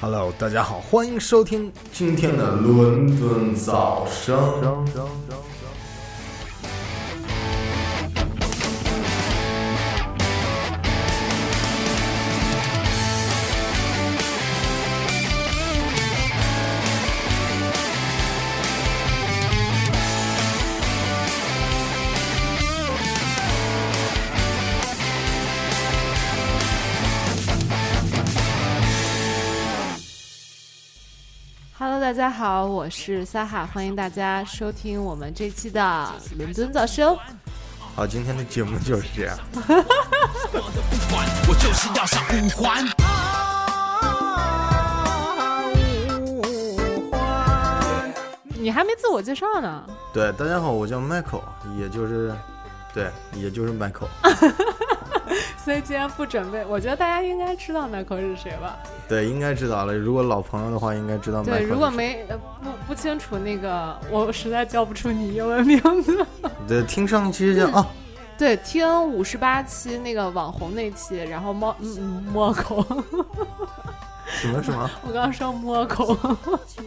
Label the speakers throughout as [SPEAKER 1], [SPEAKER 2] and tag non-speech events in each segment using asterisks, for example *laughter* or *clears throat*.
[SPEAKER 1] Hello，大家好，欢迎收听今天的伦敦早声。
[SPEAKER 2] Hello，大家好，我是萨哈，欢迎大家收听我们这期的伦敦噪声。
[SPEAKER 1] 好，今天的节目就是这样。
[SPEAKER 3] 我就是要上五环。
[SPEAKER 2] 你还没自我介绍呢，
[SPEAKER 1] 对，大家好，我叫 Michael，也就是，对，也就是 Michael。
[SPEAKER 2] 所以今天不准备。我觉得大家应该知道 Michael 是谁吧？
[SPEAKER 1] 对，应该知道了。如果老朋友的话，应该知道 Michael
[SPEAKER 2] 对，如果
[SPEAKER 1] 是
[SPEAKER 2] 没呃不不清楚那个，我实在叫不出你英文名 *laughs* 字。
[SPEAKER 1] 谁对，听上期
[SPEAKER 2] *laughs*
[SPEAKER 1] 就啊，
[SPEAKER 2] 对，听五十八期那个网红那期，然后猫嗯嗯摸口，
[SPEAKER 1] 什么什么
[SPEAKER 2] *laughs* 我刚刚说摸口。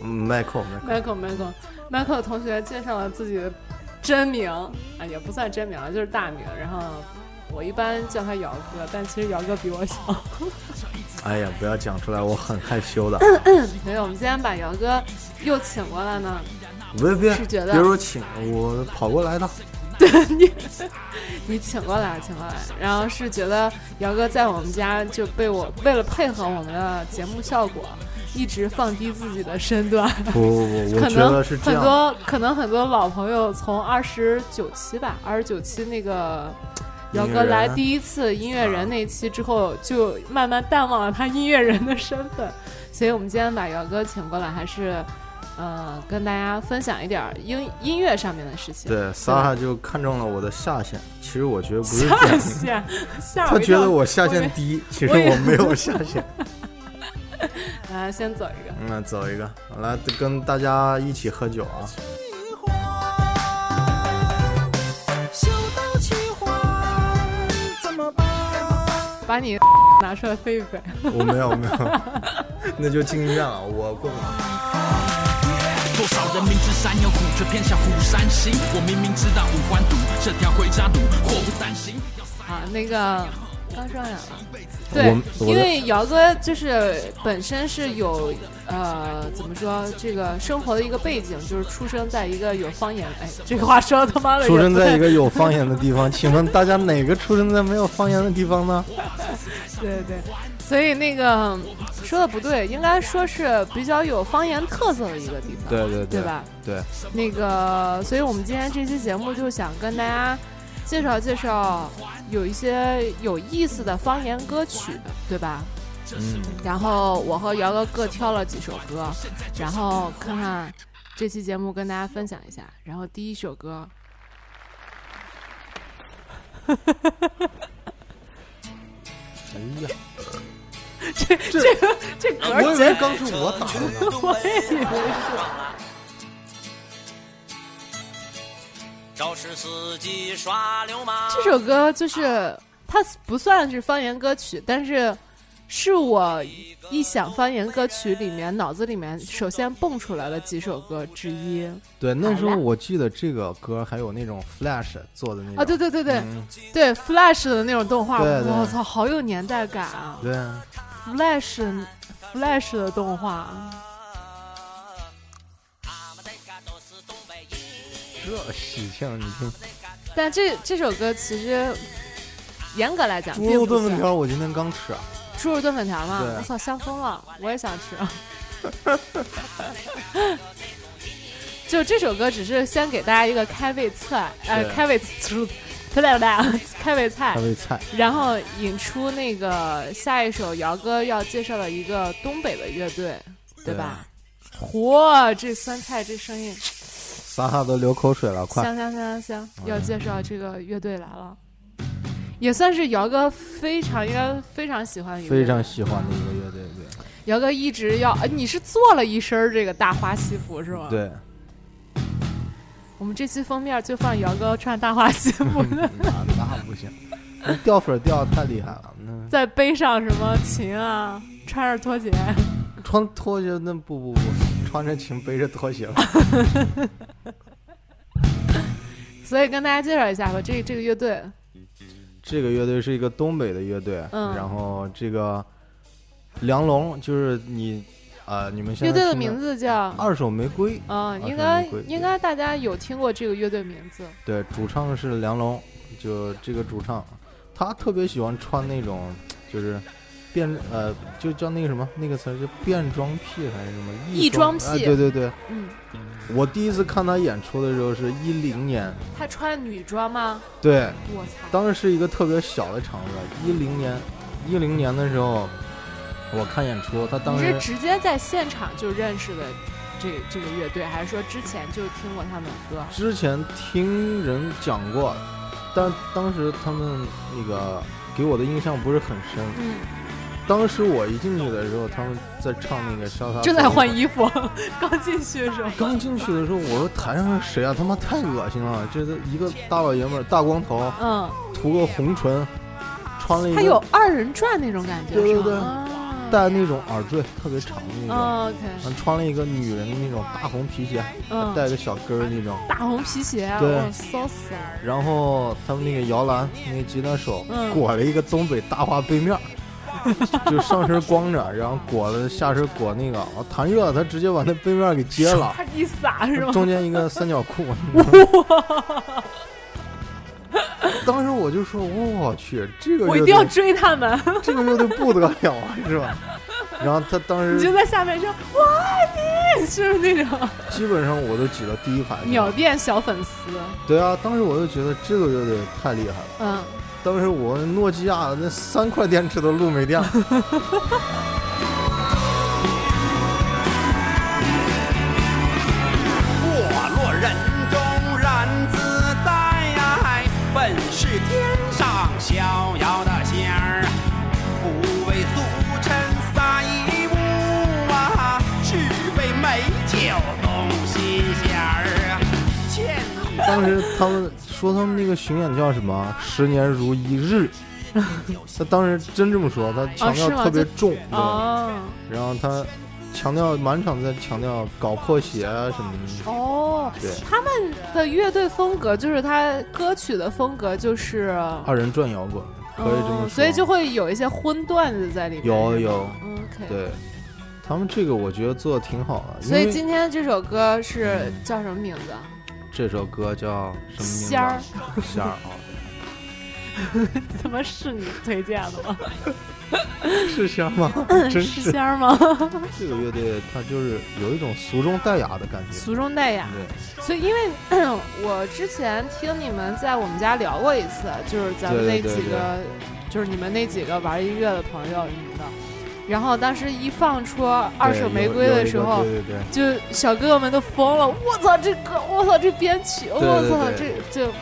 [SPEAKER 1] 嗯，Michael Michael，
[SPEAKER 2] Michael Michael Michael 同学介绍了自己的真名啊，也不算真名了，就是大名。然后我一般叫他姚哥，但其实姚哥比我小。 *laughs*
[SPEAKER 1] 哎呀，不要讲出来，我很害
[SPEAKER 2] *laughs*
[SPEAKER 1] 羞的。
[SPEAKER 2] 所以我们今天把姚哥又请过来呢。
[SPEAKER 1] 别别，
[SPEAKER 2] 是觉得
[SPEAKER 1] 别说请，我跑过
[SPEAKER 2] *laughs*
[SPEAKER 1] 来的。
[SPEAKER 2] 你请过来，请过来。然后是觉得姚哥在我们家就被我为了配合我们的节目效果，一直放低自己的身段。
[SPEAKER 1] 不不不，我
[SPEAKER 2] 可
[SPEAKER 1] 觉
[SPEAKER 2] 能
[SPEAKER 1] 得是这
[SPEAKER 2] 很
[SPEAKER 1] 样。
[SPEAKER 2] 多可能很多老朋友从二十九期吧，二十九期那个姚
[SPEAKER 1] 音乐
[SPEAKER 2] 哥来
[SPEAKER 1] 人
[SPEAKER 2] 第一次音乐人那期之后，就慢慢淡忘了他音乐人的身份， *laughs* 所以我们今天把姚哥请过来，还是呃跟大家分享一点儿音音乐上面的事 *laughs* 情。
[SPEAKER 1] 对，萨哈就看中了我的下限。其实我觉得不是这
[SPEAKER 2] 下
[SPEAKER 1] 样，
[SPEAKER 2] 线，吓
[SPEAKER 1] 他
[SPEAKER 2] 我一
[SPEAKER 1] 觉
[SPEAKER 2] 跳
[SPEAKER 1] 得我下
[SPEAKER 2] 以
[SPEAKER 1] 限
[SPEAKER 2] 为
[SPEAKER 1] *laughs* 低，其实
[SPEAKER 2] 我以为
[SPEAKER 1] 我没有下 *laughs* 限。
[SPEAKER 2] 来先走一个。
[SPEAKER 1] 嗯，那走一个，来跟大家一起喝酒啊！
[SPEAKER 3] 修到七环怎么办？
[SPEAKER 2] 把你 *laughs* 拿出来飞一飞，
[SPEAKER 1] 我没有没有，那就进医院了，我过不了。
[SPEAKER 3] 多少人明知山有虎，却偏向虎山行。我明明知道五环堵，这条回家路祸不单行。
[SPEAKER 2] 啊，那个刚说哪了？
[SPEAKER 1] 我
[SPEAKER 2] 啊对
[SPEAKER 1] 们，我
[SPEAKER 2] 因
[SPEAKER 1] 的
[SPEAKER 2] 为姚哥就是本身是有呃怎么说这个生活的一个背景，就是出生在一个有方言，哎，这个话说他妈的也
[SPEAKER 1] 出
[SPEAKER 2] 不
[SPEAKER 1] 生在
[SPEAKER 2] 太
[SPEAKER 1] 一个有方言的地方，请问大家哪个出生在没有方言的地方呢？
[SPEAKER 2] 对对，所以那个说的不对，应该说是比较有方言特色的一个地方，
[SPEAKER 1] 对对
[SPEAKER 2] 对吧？
[SPEAKER 1] 对，
[SPEAKER 2] 那个，所以我们今天这期节目就想跟大家介绍介绍有一些有意思的方言歌曲，对吧？
[SPEAKER 1] 嗯，
[SPEAKER 2] 然后我和姚哥各挑了几首歌，然后看看这期节目跟大家分享一下。然后第一首歌，
[SPEAKER 1] 哎
[SPEAKER 2] *laughs*
[SPEAKER 1] 呀，
[SPEAKER 2] 这歌
[SPEAKER 1] 我以为刚是我打的呢。
[SPEAKER 2] 我也以为
[SPEAKER 4] 肇事司机耍流氓。
[SPEAKER 2] *laughs* 这首歌就是它不算是方言歌曲，但是是我一想方言歌曲里面脑子里面首先蹦出来的几首歌之一。
[SPEAKER 1] 对，那时候我记得这个歌还有那种 Flash 做的那种
[SPEAKER 2] 啊，对对对对、
[SPEAKER 1] 嗯
[SPEAKER 2] 对，Flash 的那种动画，
[SPEAKER 1] 对对
[SPEAKER 2] 我操，好有年代感啊
[SPEAKER 1] 对啊
[SPEAKER 2] ！Flash Flash 的动画，
[SPEAKER 1] 这喜庆，你听
[SPEAKER 2] 啊但这这首歌其实严格来讲，
[SPEAKER 1] 猪肉
[SPEAKER 2] 并不
[SPEAKER 1] 炖粉
[SPEAKER 2] 算，
[SPEAKER 1] 条，我今天刚吃啊。
[SPEAKER 2] 猪肉炖粉条嘛
[SPEAKER 1] 对，
[SPEAKER 2] 我操，香疯了，我也想吃。
[SPEAKER 1] *laughs*
[SPEAKER 2] 就这首歌只是先给大家一个开胃菜，呃，
[SPEAKER 1] 是 *laughs*
[SPEAKER 2] 开胃吃特别大开胃菜
[SPEAKER 1] 开，胃菜，
[SPEAKER 2] 然后引出那个下一首姚哥要介绍的一个东北的乐队，对吧？嚯，这酸菜这声音，
[SPEAKER 1] 撒哈都流口水了，快！
[SPEAKER 2] 香香香香香！要介绍这个乐队来了，也算是姚哥非常应该非常喜欢的一个乐
[SPEAKER 1] 非
[SPEAKER 2] 队
[SPEAKER 1] 常喜欢的一个乐队，对
[SPEAKER 2] 姚哥一直要，呃你是做了一身儿这个大花西服是吗？， *laughs*
[SPEAKER 1] 对，
[SPEAKER 2] 我们这期封面就放姚哥穿大花西服， *laughs*
[SPEAKER 1] 那嗯那不行，那掉粉儿掉得太厉害了，那
[SPEAKER 2] 再背上什么琴啊，穿着拖鞋，
[SPEAKER 1] 穿拖鞋那不不不，穿着琴背着拖
[SPEAKER 2] *laughs*
[SPEAKER 1] 鞋吧，
[SPEAKER 2] 所以跟大家介绍一下吧，这这个乐队，
[SPEAKER 1] 这个乐队是一个东北的乐队，
[SPEAKER 2] 嗯
[SPEAKER 1] 然后这个梁龙就是你，呃，你们现在
[SPEAKER 2] 乐队的
[SPEAKER 1] 听啊
[SPEAKER 2] 名字叫。
[SPEAKER 1] 二手玫瑰，
[SPEAKER 2] 嗯，应
[SPEAKER 1] 二
[SPEAKER 2] 该
[SPEAKER 1] 手玫瑰
[SPEAKER 2] 应该大家有听过这个乐队名字，
[SPEAKER 1] 对，主唱是梁龙，就这个主唱，他特别喜欢穿那种就是变呃，就叫那个什么那个词儿，就变装癖还是什么
[SPEAKER 2] 异装
[SPEAKER 1] 癖、
[SPEAKER 2] 癖
[SPEAKER 1] 啊对对对，
[SPEAKER 2] 嗯，
[SPEAKER 1] 我第一次看他演出的时候是一零年，
[SPEAKER 2] 他穿女装吗？
[SPEAKER 1] 对，
[SPEAKER 2] 我操！
[SPEAKER 1] 当时是一个特别小的场子，一零年，一零年的时候，我看演出，他当
[SPEAKER 2] 你
[SPEAKER 1] 时
[SPEAKER 2] 是直接在现场就认识的这这个乐队，还是说之前就听过他们的歌？
[SPEAKER 1] 之前听人讲过，但当时他们那个给我的印象不是很深。
[SPEAKER 2] 嗯，
[SPEAKER 1] 当时我一进去的时候，他们在唱那个《潇洒》，
[SPEAKER 2] 正在换。衣服， *laughs* 刚进去的时候。
[SPEAKER 1] 刚进去的时候，我说台上是谁啊？他妈太恶心了！这都一个大老爷们儿，大光头，
[SPEAKER 2] 嗯，
[SPEAKER 1] 涂个红唇，穿了一
[SPEAKER 2] 他有
[SPEAKER 1] 个
[SPEAKER 2] 二人转那种感觉，
[SPEAKER 1] 对
[SPEAKER 2] 是吗
[SPEAKER 1] 对对
[SPEAKER 2] 啊
[SPEAKER 1] 戴那种耳坠，特别长的那种。啊
[SPEAKER 2] 嗯，OK，
[SPEAKER 1] 然后穿了一个女人的那种大红皮鞋，
[SPEAKER 2] 嗯
[SPEAKER 1] 带个小跟儿那种。
[SPEAKER 2] 大红皮鞋啊，
[SPEAKER 1] 对
[SPEAKER 2] 我骚死了。
[SPEAKER 1] 然后他们那个摇篮，那个吉他手、
[SPEAKER 2] 嗯
[SPEAKER 1] 裹了一个东北大花背面儿，就上身光着，然后裹了下身裹那个，我弹热了，他直接把那背面儿给揭了，
[SPEAKER 2] 他一撒是吗？
[SPEAKER 1] 中间一个三角裤。当时我就说，我去，这个
[SPEAKER 2] 我一
[SPEAKER 1] 乐
[SPEAKER 2] 定要
[SPEAKER 1] 队，
[SPEAKER 2] 追他们！
[SPEAKER 1] 这个乐队不得了啊，是吧？然后他当
[SPEAKER 2] 你就
[SPEAKER 1] 时
[SPEAKER 2] 在下面说“我爱你”， *laughs* 是不是那种
[SPEAKER 1] 基本上我都挤到第一排去了。
[SPEAKER 2] 秒变小粉丝？
[SPEAKER 1] 对啊，当时我就觉得这个乐队太厉害了。
[SPEAKER 2] 嗯，
[SPEAKER 1] 当时我诺基亚那三块电池都录没
[SPEAKER 2] *laughs*
[SPEAKER 1] 电了。
[SPEAKER 3] 没落人中然自带，本是天上逍遥的仙儿，不为俗尘撒一物啊，只为美酒动心弦儿。欠你
[SPEAKER 1] 当时他们说他们那个巡演叫什么“十年如一
[SPEAKER 2] *laughs*
[SPEAKER 1] 日”，他当时真这么说，他强调
[SPEAKER 2] 哦是吗
[SPEAKER 1] 特别
[SPEAKER 2] 就
[SPEAKER 1] 重，
[SPEAKER 2] 哦
[SPEAKER 1] 对，然后他强调满场在强调搞破鞋啊什么的，
[SPEAKER 2] 哦，
[SPEAKER 1] 对，
[SPEAKER 2] 他们的乐队风格就是他歌曲的风格就是
[SPEAKER 1] 二人转摇滚可以这么说，
[SPEAKER 2] 嗯所以就会有一些荤段子在里面。
[SPEAKER 1] 有
[SPEAKER 2] 是吗
[SPEAKER 1] 有
[SPEAKER 2] 嗯，OK。。
[SPEAKER 1] 对，他们这个我觉得做的挺好的，
[SPEAKER 2] 所
[SPEAKER 1] 因
[SPEAKER 2] 以
[SPEAKER 1] 为
[SPEAKER 2] 今天这首歌是
[SPEAKER 1] 嗯
[SPEAKER 2] 叫什么名字啊？
[SPEAKER 1] 这首歌叫什么名字？
[SPEAKER 2] 仙儿， *laughs*
[SPEAKER 1] 仙儿啊，
[SPEAKER 2] 怎么是你推荐的吗？
[SPEAKER 1] *laughs* 是仙儿
[SPEAKER 2] *laughs*
[SPEAKER 1] 吗？真是
[SPEAKER 2] 仙儿吗？
[SPEAKER 1] 这个乐队，它就是有一种俗中带雅的感觉。
[SPEAKER 2] 俗中带雅。
[SPEAKER 1] 对，
[SPEAKER 2] 所以因为 *clears throat* 我之前听你们在我们家聊过一次，就是咱们那
[SPEAKER 1] 对对对
[SPEAKER 2] 几个，就是你们那几个玩音乐的朋友什么的。然后当时一放出二手玫瑰的时候，
[SPEAKER 1] 对有有一个对对
[SPEAKER 2] 就小哥哥们都疯了，我操这歌，我操这编曲，我
[SPEAKER 1] 对对
[SPEAKER 2] 操这
[SPEAKER 1] 对
[SPEAKER 2] 就，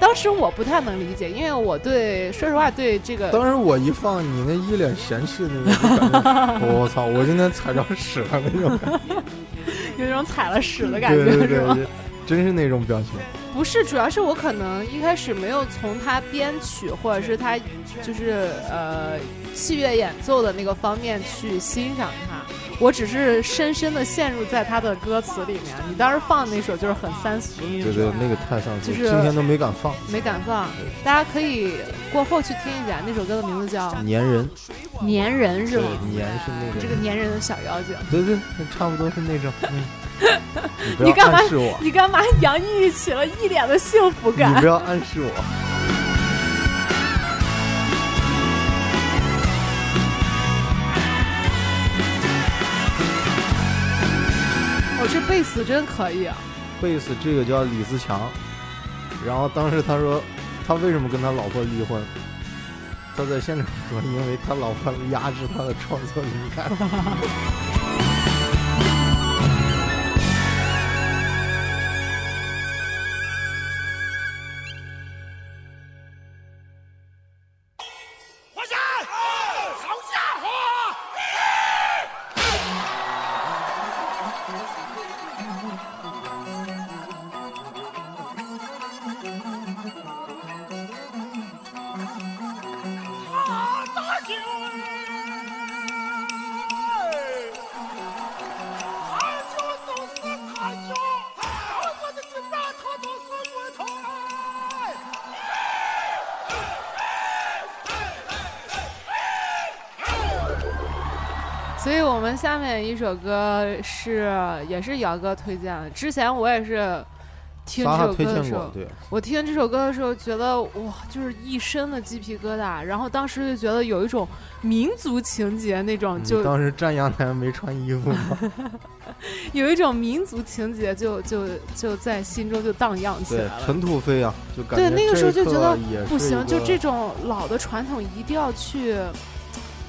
[SPEAKER 2] 当时我不太能理解，因为我对说实话对这
[SPEAKER 1] 对，
[SPEAKER 2] 个
[SPEAKER 1] 当时我一放你那一脸嫌弃那个，就
[SPEAKER 2] *laughs*
[SPEAKER 1] 感觉我操，我今天踩着屎了那种感觉，
[SPEAKER 2] 有一种踩了屎的感
[SPEAKER 1] 对
[SPEAKER 2] 觉，
[SPEAKER 1] 对
[SPEAKER 2] 是吗？
[SPEAKER 1] 对，真是那种表情。
[SPEAKER 2] 不是，主要是我可能一开始没有从他编曲或者是他就是呃器乐演奏的那个方面去欣赏他，我只是深深的陷入在他的歌词里面。你当时放的那首就是很三俗的那
[SPEAKER 1] 对
[SPEAKER 2] 首，
[SPEAKER 1] 对，那个太上去，
[SPEAKER 2] 就是啊
[SPEAKER 1] 今天都没敢放。
[SPEAKER 2] 没敢放，大家可以过后去听一下。那首歌的名字叫《
[SPEAKER 1] 粘人，
[SPEAKER 2] 粘人》，是
[SPEAKER 1] 对
[SPEAKER 2] 吗？，
[SPEAKER 1] 粘是那个，
[SPEAKER 2] 这个粘人的小妖精，
[SPEAKER 1] 对对，差不多是那种。
[SPEAKER 2] *laughs*
[SPEAKER 1] 嗯你不
[SPEAKER 2] 你
[SPEAKER 1] 要
[SPEAKER 2] 干嘛
[SPEAKER 1] 暗示我？
[SPEAKER 2] 你干嘛洋溢起了一脸的幸福
[SPEAKER 1] 你
[SPEAKER 2] 感
[SPEAKER 1] 不？要暗示我，
[SPEAKER 2] 我、哦这贝斯真可以啊！
[SPEAKER 1] 贝斯这个叫李自强，然后当时他说，他为什么跟他老婆离婚？他在现场说，因为他老婆压制他的创作灵
[SPEAKER 2] *laughs*
[SPEAKER 1] 感。
[SPEAKER 5] 华山，好家伙！
[SPEAKER 2] 所以我们下面一首歌是也是姚哥推荐的，之前我也是听这
[SPEAKER 1] 哈
[SPEAKER 2] 首
[SPEAKER 1] 推
[SPEAKER 2] 歌的
[SPEAKER 1] 荐
[SPEAKER 2] 时候
[SPEAKER 1] 过，，对，
[SPEAKER 2] 我听这首歌的时候觉得哇，就是一身的鸡皮疙瘩，然后当时就觉得有一种民族情节那种，
[SPEAKER 1] 你
[SPEAKER 2] 就
[SPEAKER 1] 嗯当时站阳台没穿衣服吗？
[SPEAKER 2] *laughs* 有一种民族情节就就就在心中就荡漾起
[SPEAKER 1] 对，
[SPEAKER 2] 来了。
[SPEAKER 1] 尘土飞扬，就感
[SPEAKER 2] 对
[SPEAKER 1] 觉
[SPEAKER 2] 那个时候就觉得不
[SPEAKER 1] 不
[SPEAKER 2] 行，就这种老的传统一定要去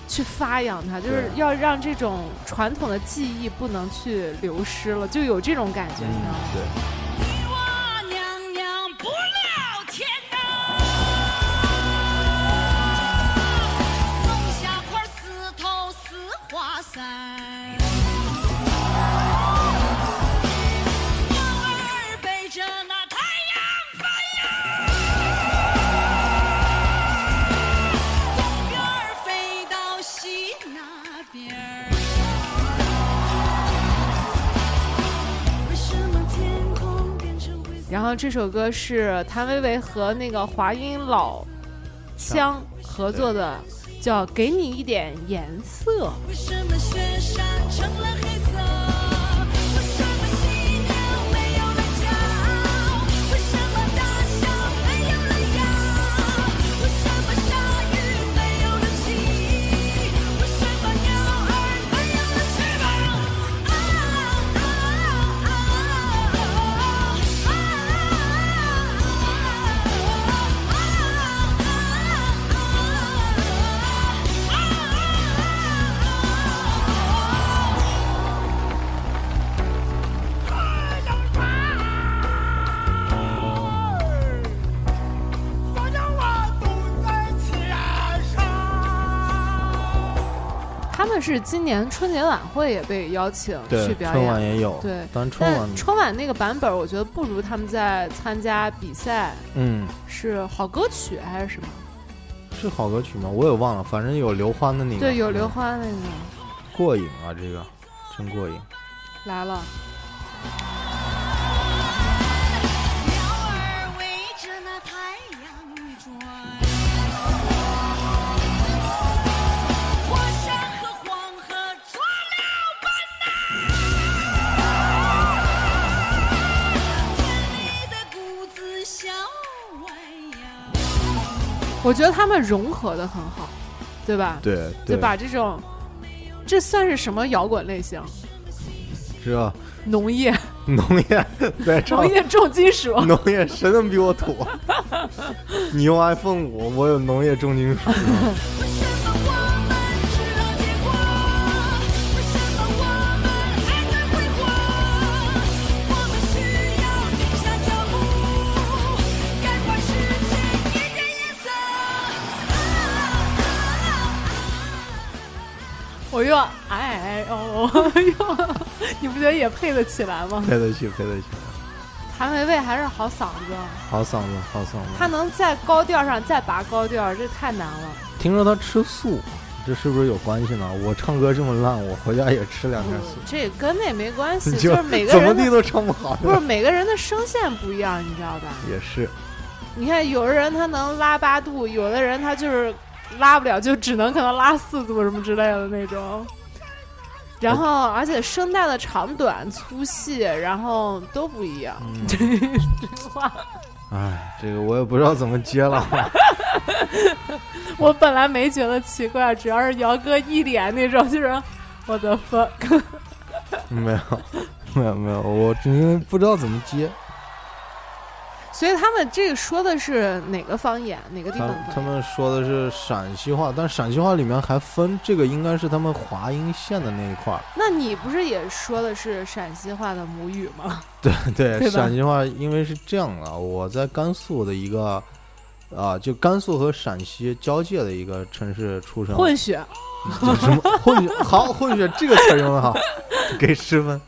[SPEAKER 2] 去发扬它，就是
[SPEAKER 1] 对
[SPEAKER 2] 要让这种传统的记忆不能去流失了，就有这种感觉，你知道吗？
[SPEAKER 1] 嗯对。
[SPEAKER 6] 我娘娘不料天呐，送下块石头是花塞，鸟儿背着那太阳飞呀，东边儿飞到西那边儿。为什么天空变成灰色？
[SPEAKER 2] 然后这首歌是谭维维和那个华阴老枪合作的，叫《给你一点颜色》。
[SPEAKER 6] 为什么雪山成了黑色？为什么犀牛没有了角？为什么大象没有了腰？为什么鲨鱼没有了鳍？为什么鸟儿没有了翅膀？啊啊啊啊啊
[SPEAKER 2] 他们是今年春节晚会也被邀请去
[SPEAKER 1] 对，
[SPEAKER 2] 表
[SPEAKER 1] 春晚
[SPEAKER 2] 演。
[SPEAKER 1] 也有，
[SPEAKER 2] 对
[SPEAKER 1] 但春晚
[SPEAKER 2] 但，春晚那个版本，我觉得不如他们在参加比赛
[SPEAKER 1] 嗯，
[SPEAKER 2] 是好歌曲还是什么？
[SPEAKER 1] 是好歌曲吗？我也忘了，反正有刘欢的那个，
[SPEAKER 2] 对，有刘
[SPEAKER 1] 嗯
[SPEAKER 2] 欢那个
[SPEAKER 1] 过瘾啊，这个真过瘾。
[SPEAKER 2] 来了。
[SPEAKER 6] 鸟儿围着那太阳转，火山和黄河做了伴呐，田里的谷子向外扬。
[SPEAKER 2] 我觉得他们融合的很好，对吧？
[SPEAKER 1] 对
[SPEAKER 2] 就把这种，这算是什么摇滚类型？
[SPEAKER 1] 是吧？
[SPEAKER 2] 农业，
[SPEAKER 1] 农业在唱
[SPEAKER 2] 农业重金属。
[SPEAKER 1] 农业，谁能比我土？啊 *laughs* 你用 iPhone 五，我有农业重金属。
[SPEAKER 2] *laughs*
[SPEAKER 6] 为什么我们知道结果？为什么我们还在挥霍？我们需要停下脚步，给我世界一点颜色。
[SPEAKER 2] 我又哎哎哦，哟，你不觉得也配得起来吗？
[SPEAKER 1] 配得起，配得起。
[SPEAKER 2] 谭维维还是好嗓子，
[SPEAKER 1] 好嗓子，好嗓子。
[SPEAKER 2] 她能在高调上再拔高调，这太难了。
[SPEAKER 1] 听说他吃素，这是不是有关系呢？我唱歌这么烂，我回家也吃两天 *laughs* 素，
[SPEAKER 2] 哦这跟那没关系，
[SPEAKER 1] 你
[SPEAKER 2] 就是每个
[SPEAKER 1] 嗯怎么
[SPEAKER 2] 人
[SPEAKER 1] 地
[SPEAKER 2] 的
[SPEAKER 1] 都唱不好。
[SPEAKER 2] 不是每个人的声线不一样，你知道吧？
[SPEAKER 1] *laughs* 也是，
[SPEAKER 2] 你看，有的人他能拉八度，有的人他就是拉不了，就只能可能拉四度什么之类的那种。然后，而且声带的长短、粗细，然后都不一样。这话
[SPEAKER 1] *laughs* 哎，这个我也不知道怎么接了。 *laughs*
[SPEAKER 2] 我本来没觉得奇怪，只要是姚哥一脸那种，就是我的 fuck。
[SPEAKER 1] 没有，没有，没有，我只是不知道怎么接。
[SPEAKER 2] 所以他们这个说的是哪个方言，哪个地
[SPEAKER 1] 他
[SPEAKER 2] 方
[SPEAKER 1] 们他
[SPEAKER 2] 方言？
[SPEAKER 1] 们说的是陕西话，但陕西话里面还分这个，应该是他们华阴县的那一块儿。
[SPEAKER 2] 那你不是也说的是陕西话的母语
[SPEAKER 1] *laughs*
[SPEAKER 2] 吗？
[SPEAKER 1] 对对，
[SPEAKER 2] 对吧
[SPEAKER 1] 陕西话因为是这样的，我在甘肃的一个啊、就甘肃和陕西交界的一个城市出生，
[SPEAKER 2] 混血，
[SPEAKER 1] 就什么混血 *laughs* 好混血这个词儿用 *laughs* 的好，给十分。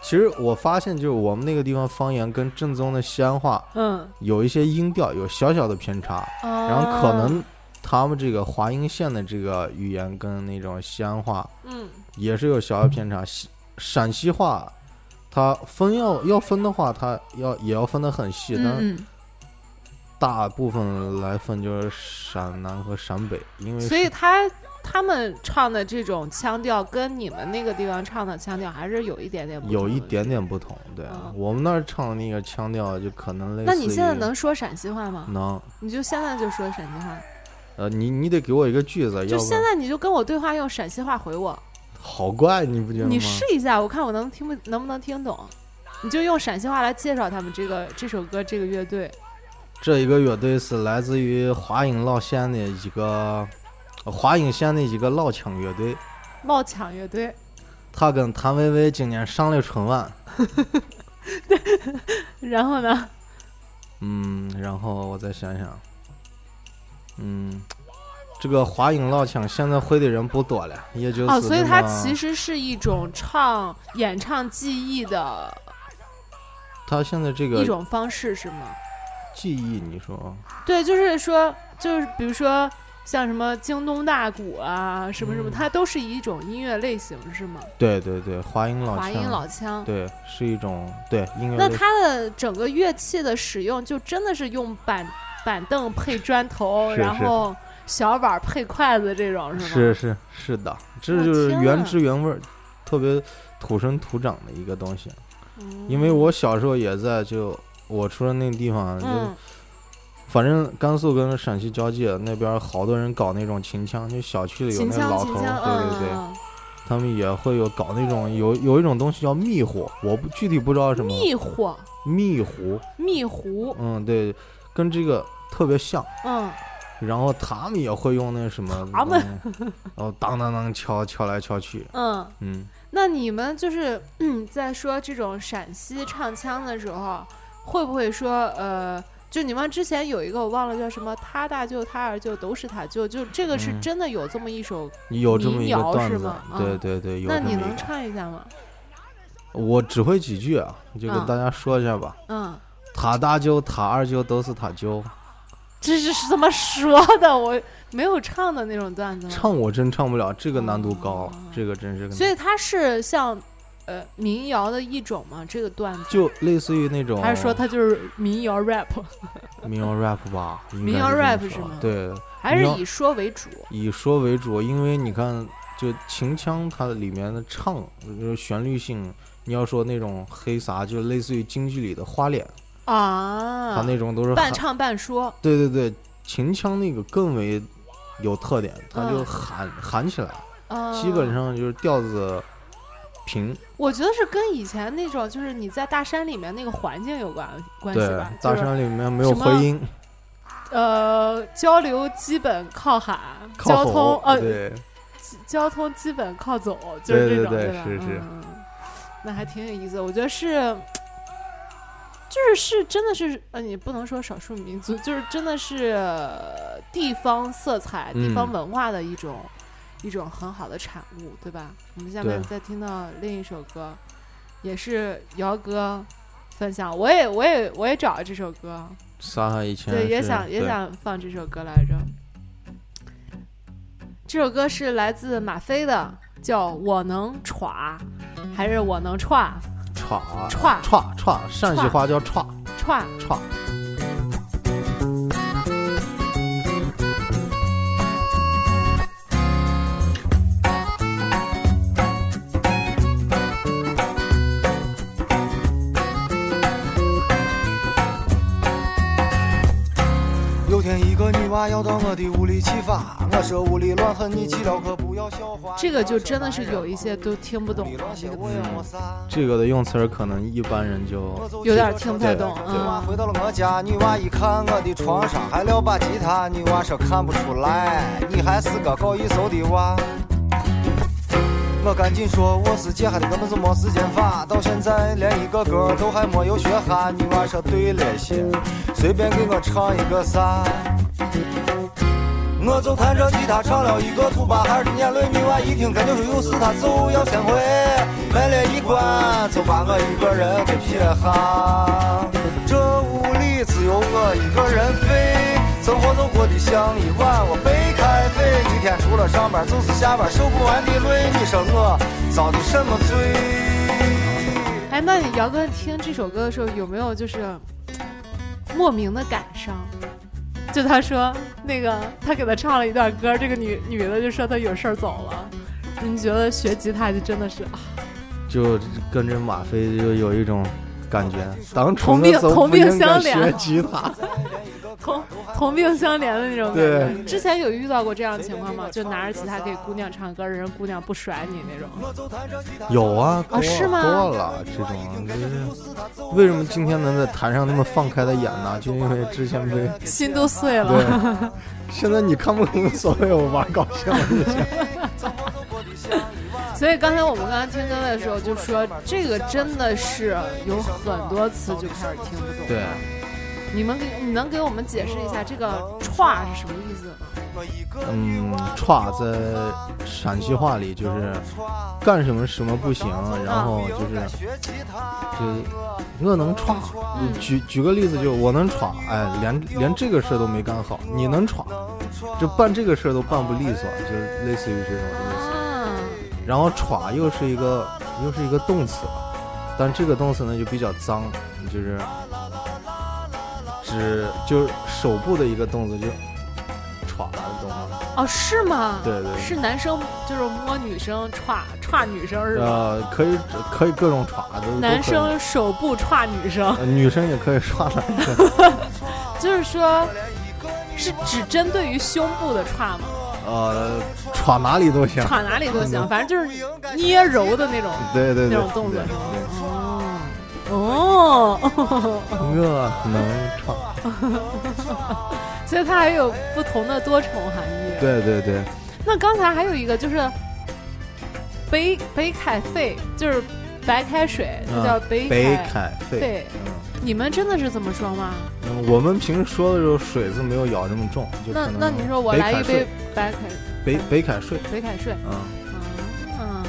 [SPEAKER 1] 其实我发现，就是我们那个地方方言跟正宗的西安话
[SPEAKER 2] 嗯，
[SPEAKER 1] 有一些音调有小小的偏差，然
[SPEAKER 2] 然
[SPEAKER 1] 后可，能他们这个华阴县的这个语言跟那种西安话
[SPEAKER 2] 嗯，
[SPEAKER 1] 也是有小小偏差。西陕西话，它分要要分的话，它要也要分得很细，但是
[SPEAKER 2] 嗯
[SPEAKER 1] 大部分来分就是陕南和陕北，因为
[SPEAKER 2] 嗯，所以他他们唱的这种腔调跟你们那个地方唱的腔调还是有一点点不同的
[SPEAKER 1] 有一。点点不同。对、
[SPEAKER 2] 嗯
[SPEAKER 1] 我们那儿唱的那个腔调就可能类似于。嗯
[SPEAKER 2] 那你现在能说陕西话吗？
[SPEAKER 1] 能？
[SPEAKER 2] 你就现在就说陕西话，
[SPEAKER 1] 呃，你你得给我一个句子，
[SPEAKER 2] 就
[SPEAKER 1] 要不
[SPEAKER 2] 现
[SPEAKER 1] 然
[SPEAKER 2] 在你就跟我对话，用陕西话回我。
[SPEAKER 1] 好怪，你不觉得吗？
[SPEAKER 2] 你试一下，我看我能听不能不能听懂。你就用陕西话来介绍他们这个这首歌这个乐队，
[SPEAKER 1] 这一个乐队是来自于华阴老县的一个呃华阴县的一个老腔乐队，
[SPEAKER 2] 冒抢乐队。
[SPEAKER 1] 他跟谭维维今年上了春晚，
[SPEAKER 2] 然后呢？
[SPEAKER 1] 嗯，然后我再想想，嗯，这个华阴老腔现在会的人不多了，也就是
[SPEAKER 2] 哦，所以它
[SPEAKER 1] 那么
[SPEAKER 2] 其实是一种唱演唱技艺的
[SPEAKER 1] 他现在这
[SPEAKER 2] 一
[SPEAKER 1] 个
[SPEAKER 2] 种方式，是吗？
[SPEAKER 1] 技艺，你说
[SPEAKER 2] 对，就是说，就是比如说像什么京东大鼓啊，什么
[SPEAKER 1] 嗯
[SPEAKER 2] 什么，它都是一种音乐类型，是吗？
[SPEAKER 1] 对对对，华阴老腔，
[SPEAKER 2] 华阴老腔。
[SPEAKER 1] 对是一种对音乐
[SPEAKER 2] 那
[SPEAKER 1] 类
[SPEAKER 2] 它的整个乐器的使用，就真的是用板板凳配砖头，
[SPEAKER 1] 是
[SPEAKER 2] 然
[SPEAKER 1] 是
[SPEAKER 2] 后小碗儿配筷子这种，是吗？
[SPEAKER 1] 是是是的，这
[SPEAKER 2] 我
[SPEAKER 1] 就是
[SPEAKER 2] 天
[SPEAKER 1] 原
[SPEAKER 2] 呐
[SPEAKER 1] 汁原味儿，特别土生土长的一个东西。
[SPEAKER 2] 嗯
[SPEAKER 1] 因为我小时候也在就我出生那个地方，就、
[SPEAKER 2] 嗯
[SPEAKER 1] 反正甘肃跟陕西交界那边儿好多人搞那种秦腔，就小区里有
[SPEAKER 2] 秦
[SPEAKER 1] 那
[SPEAKER 2] 腔
[SPEAKER 1] 老
[SPEAKER 2] 秦
[SPEAKER 1] 头
[SPEAKER 2] 腔，
[SPEAKER 1] 儿，
[SPEAKER 2] 嗯
[SPEAKER 1] 对对对，
[SPEAKER 2] 嗯
[SPEAKER 1] 他们也会有搞那种有有一种东西叫蜜糊，我不具体不知道什
[SPEAKER 2] 嗯
[SPEAKER 1] 么
[SPEAKER 2] 蜜糊
[SPEAKER 1] 蜜糊，
[SPEAKER 2] 蜜糊，
[SPEAKER 1] 嗯对，跟这个特别像。
[SPEAKER 2] 嗯，
[SPEAKER 1] 然后他们也会用那什么，
[SPEAKER 2] 他们
[SPEAKER 1] 嗯，然后当当当敲敲来敲去，
[SPEAKER 2] 嗯，
[SPEAKER 1] 嗯，
[SPEAKER 2] 那你们就是嗯，在说这种陕西唱腔的时候，会不会说呃，就你们之前有一个我忘了叫什么，他大舅他二舅都是他舅，就这个是
[SPEAKER 1] 嗯
[SPEAKER 2] 真的有这么一首，
[SPEAKER 1] 有这么一个
[SPEAKER 2] 民谣
[SPEAKER 1] 段
[SPEAKER 2] 是
[SPEAKER 1] 子
[SPEAKER 2] 吗，
[SPEAKER 1] 对
[SPEAKER 2] 嗯
[SPEAKER 1] 对对，有
[SPEAKER 2] 那
[SPEAKER 1] 这么
[SPEAKER 2] 你
[SPEAKER 1] 一
[SPEAKER 2] 能
[SPEAKER 1] 个。
[SPEAKER 2] 唱一下吗？
[SPEAKER 1] 我只会几句啊，就
[SPEAKER 2] 嗯
[SPEAKER 1] 跟大家说一下吧。
[SPEAKER 2] 嗯，
[SPEAKER 1] 塔大舅、塔二舅都是塔舅，
[SPEAKER 2] 这是怎么说的？我没有唱的那种段子吗？
[SPEAKER 1] 唱我真唱不了，这个难度高，这个真是个难。
[SPEAKER 2] 嗯哦所以它是像呃民谣的一种嘛，这个段子。
[SPEAKER 1] 就类似于那种，啊
[SPEAKER 2] 还是说它就是民谣 rap，
[SPEAKER 1] 民谣 rap 吧？应该
[SPEAKER 2] 民谣
[SPEAKER 1] 是这么
[SPEAKER 2] rap
[SPEAKER 1] 说
[SPEAKER 2] 是吗
[SPEAKER 1] 对，
[SPEAKER 2] 还是
[SPEAKER 1] 民谣
[SPEAKER 2] 以说为主？
[SPEAKER 1] 以说为主，因为你看，就秦腔它里面的唱，呃就是旋律性。你要说那种黑啥，就类似于京剧里的花脸，它
[SPEAKER 2] 啊，
[SPEAKER 1] 那种都是
[SPEAKER 2] 半
[SPEAKER 1] 喊
[SPEAKER 2] 唱半说，
[SPEAKER 1] 对对对，秦腔那个更为有特点，它就
[SPEAKER 2] 嗯
[SPEAKER 1] 喊、喊起来。
[SPEAKER 2] 啊，
[SPEAKER 1] 基本上就是调子平，
[SPEAKER 2] 我觉得是跟以前那种就是你在大山里面那个环境有关关系
[SPEAKER 1] 对
[SPEAKER 2] 吧，，
[SPEAKER 1] 大
[SPEAKER 2] 就是
[SPEAKER 1] 山里面没有
[SPEAKER 2] 什么
[SPEAKER 1] 回音，
[SPEAKER 2] 呃交流基本靠喊，
[SPEAKER 1] 靠
[SPEAKER 2] 交通
[SPEAKER 1] 吼，
[SPEAKER 2] 呃
[SPEAKER 1] 对，
[SPEAKER 2] 交通基本靠走，就是这种
[SPEAKER 1] 对对对
[SPEAKER 2] 吧？
[SPEAKER 1] 是是
[SPEAKER 2] 嗯，那还挺有意思的，我觉得是。就是是真的是呃，你不能说少数民族，就是真的是呃地方色彩、地方
[SPEAKER 1] 嗯
[SPEAKER 2] 文化的一种、一种很好的产物，对吧？我们下面
[SPEAKER 1] 对
[SPEAKER 2] 再听到另一首歌，也是姚哥分享，我也我也我也找了这首歌，
[SPEAKER 1] 沙海以前
[SPEAKER 2] 对，也
[SPEAKER 1] 是
[SPEAKER 2] 想也
[SPEAKER 1] 对
[SPEAKER 2] 想放这首歌来着。这首歌是来自马飞的，叫《我能歘》，还是我能歘
[SPEAKER 1] 歘
[SPEAKER 2] 歘
[SPEAKER 1] 歘歘，陕西
[SPEAKER 2] 歘
[SPEAKER 1] 话叫歘
[SPEAKER 2] 歘？
[SPEAKER 1] 歘。
[SPEAKER 7] 有天，一个女娃大要多么的无理其法，我说无理乱很，你祈祷可不要笑话。
[SPEAKER 2] 这个就真的是有一些都听不懂
[SPEAKER 7] 你
[SPEAKER 2] 了
[SPEAKER 7] 乱
[SPEAKER 2] 这
[SPEAKER 7] 写
[SPEAKER 2] 个
[SPEAKER 7] 我
[SPEAKER 2] 词
[SPEAKER 7] 也，
[SPEAKER 1] 嗯
[SPEAKER 7] 没啥。
[SPEAKER 1] 这个的用词儿可能一般人就
[SPEAKER 7] 我走
[SPEAKER 2] 有点
[SPEAKER 7] 汽车
[SPEAKER 2] 听不
[SPEAKER 7] 站
[SPEAKER 2] 太懂。
[SPEAKER 7] 女
[SPEAKER 2] 嗯，
[SPEAKER 7] 娃回到了我家，女娃一看我的床上还撂把吉他，女娃说看不出来，你还是个搞艺术的娃。我赶紧说我是借哈的，根本就没时间发，到现在连一个歌都还没有学哈。女娃说对了些，随便给我唱一个啥。我就弹着吉他唱了一个土巴孩儿的眼泪，女娃一听肯定是有事，她就要先回，门了一关就把我一个人给撇下。这屋里只有我一个人飞，生活都过得像一碗我被开水，一天除了上班就是下班，受不完的累，你说我遭的什么罪？
[SPEAKER 2] 哎，那你姚哥听这首歌的时候有没有就是莫名的感伤？就他说那个他给他唱了一段歌，这个女女的就说她有事儿走了。你觉得学吉他就真的是啊
[SPEAKER 1] 就跟着马飞就有一种感觉，当初
[SPEAKER 2] 同病
[SPEAKER 1] 那时候
[SPEAKER 2] 同
[SPEAKER 1] 不
[SPEAKER 2] 病
[SPEAKER 1] 应该
[SPEAKER 2] 相怜
[SPEAKER 1] 学吉
[SPEAKER 2] *laughs*
[SPEAKER 1] 他，
[SPEAKER 2] 同同病相怜的那种感觉？
[SPEAKER 1] 对
[SPEAKER 2] 之前有遇到过这样的情况吗？就拿着吉他给姑娘唱歌，人家姑娘不甩你那种？
[SPEAKER 1] 有啊，多
[SPEAKER 2] 啊是吗
[SPEAKER 1] 多了这种，就是为什么今天能在台上那么放开的演呢？就因为之前
[SPEAKER 2] *laughs*
[SPEAKER 1] 被
[SPEAKER 2] 心都碎了。 *laughs*
[SPEAKER 1] 对，现在你看不懂所谓我玩搞笑的事情，
[SPEAKER 2] 所以刚才我们刚刚听歌的时候就说，这个真的是有很多词就开始听不懂。
[SPEAKER 1] 对，
[SPEAKER 2] 你们给你能给我们解释一下这个“歘”是什么意思吗？
[SPEAKER 1] 嗯，歘在陕西话里就是干什么什么不行，然后就是就是我能歘，举举个例子就我能歘，哎，连连这个事儿都没干好，你能歘，就办这个事儿都办不利索，就是类似于这种意思。
[SPEAKER 2] 啊，
[SPEAKER 1] 然后歘又是一个又是一个动词，但这个动词呢就比较脏，就是指就是手部的一个动作就歘，懂吗？
[SPEAKER 2] 哦，是吗？
[SPEAKER 1] 对对
[SPEAKER 2] 是男生就是摸女生歘歘女生是吧？
[SPEAKER 1] 呃，可以可以各种歘都
[SPEAKER 2] 男。
[SPEAKER 1] 都可以
[SPEAKER 2] 生手部歘女生，
[SPEAKER 1] 呃女生也可以刷来着，
[SPEAKER 2] 就是说，是只针对于胸部的歘吗？
[SPEAKER 1] 呃，歘哪里都行。
[SPEAKER 2] 歘哪里都行，反正就是捏揉的那种。
[SPEAKER 1] 对嗯对对，
[SPEAKER 2] 那种动作
[SPEAKER 1] 对
[SPEAKER 2] 是吗
[SPEAKER 1] 对
[SPEAKER 2] 哦， *laughs*
[SPEAKER 1] 我能歘。
[SPEAKER 2] 所以它还有不同的多重含义。
[SPEAKER 1] 对对对，
[SPEAKER 2] 那刚才还有一个就是北北凯费，就是白开水，它
[SPEAKER 1] 嗯
[SPEAKER 2] 叫北
[SPEAKER 1] 北
[SPEAKER 2] 凯
[SPEAKER 1] 凯费。
[SPEAKER 2] 费。你们真的是这么说吗？
[SPEAKER 1] 嗯，我们平时说的时候，水字没有咬这么重，就
[SPEAKER 2] 那
[SPEAKER 1] 可能啊
[SPEAKER 2] 那你说我
[SPEAKER 1] 北
[SPEAKER 2] 来
[SPEAKER 1] 凯
[SPEAKER 2] 一
[SPEAKER 1] 税
[SPEAKER 2] 杯白凯
[SPEAKER 1] 北北凯税，
[SPEAKER 2] 北凯税，
[SPEAKER 1] 嗯。
[SPEAKER 2] 啊，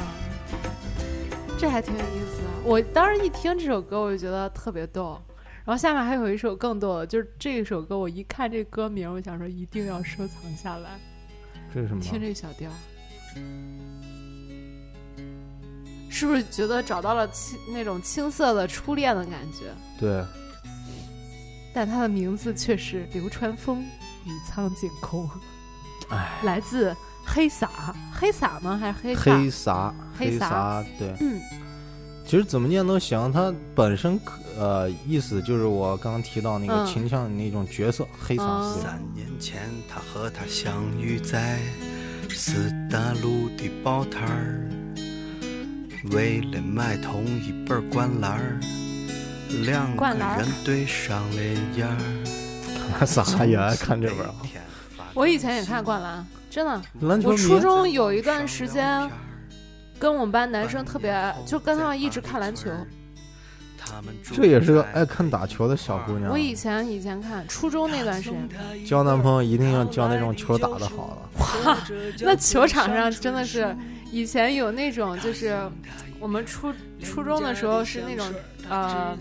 [SPEAKER 2] 这还挺有意思的。我当时一听这首歌，我就觉得特别逗。然后下面还有一首更逗的，就是这首歌，我一看这歌名，我想说一定要收藏下来。
[SPEAKER 1] 这是什么？
[SPEAKER 2] 听这小调儿，是不是觉得找到了青那种青涩的初恋的感觉？
[SPEAKER 1] 对，
[SPEAKER 2] 但它的名字却是流川枫与苍井空，
[SPEAKER 1] 哎，
[SPEAKER 2] 来自黑撒，黑撒吗？还是黑撒？
[SPEAKER 1] 黑撒，
[SPEAKER 2] 黑
[SPEAKER 1] 黑
[SPEAKER 2] 撒
[SPEAKER 1] 撒，对，
[SPEAKER 2] 嗯，
[SPEAKER 1] 其实怎么念都行，它本身可呃意思就是我刚刚提到那
[SPEAKER 2] 嗯
[SPEAKER 1] 个秦腔的那种角色，黑撒
[SPEAKER 2] 哦
[SPEAKER 1] 斯，
[SPEAKER 3] 三年前，他和她相遇在四大路的报摊儿，为了买同一本儿灌篮儿，两个
[SPEAKER 2] 灌篮儿
[SPEAKER 3] 人对上了眼
[SPEAKER 1] *laughs*
[SPEAKER 3] 儿。
[SPEAKER 1] 撒也爱看这本啊。
[SPEAKER 2] 我以前也看《灌篮》，真的。
[SPEAKER 1] *laughs* 篮球
[SPEAKER 2] 我初
[SPEAKER 1] 迷，
[SPEAKER 2] 中有一段时间，跟我们班男生特别，就跟他们一直看篮球。
[SPEAKER 1] 这也是个爱看打球的小姑娘
[SPEAKER 2] 我。以前以前看初中那段时间，
[SPEAKER 1] 交男朋友一定要交那种球打得好的，
[SPEAKER 2] 那球场上真的是，以前有那种就是我们初初中的时候是那种呃，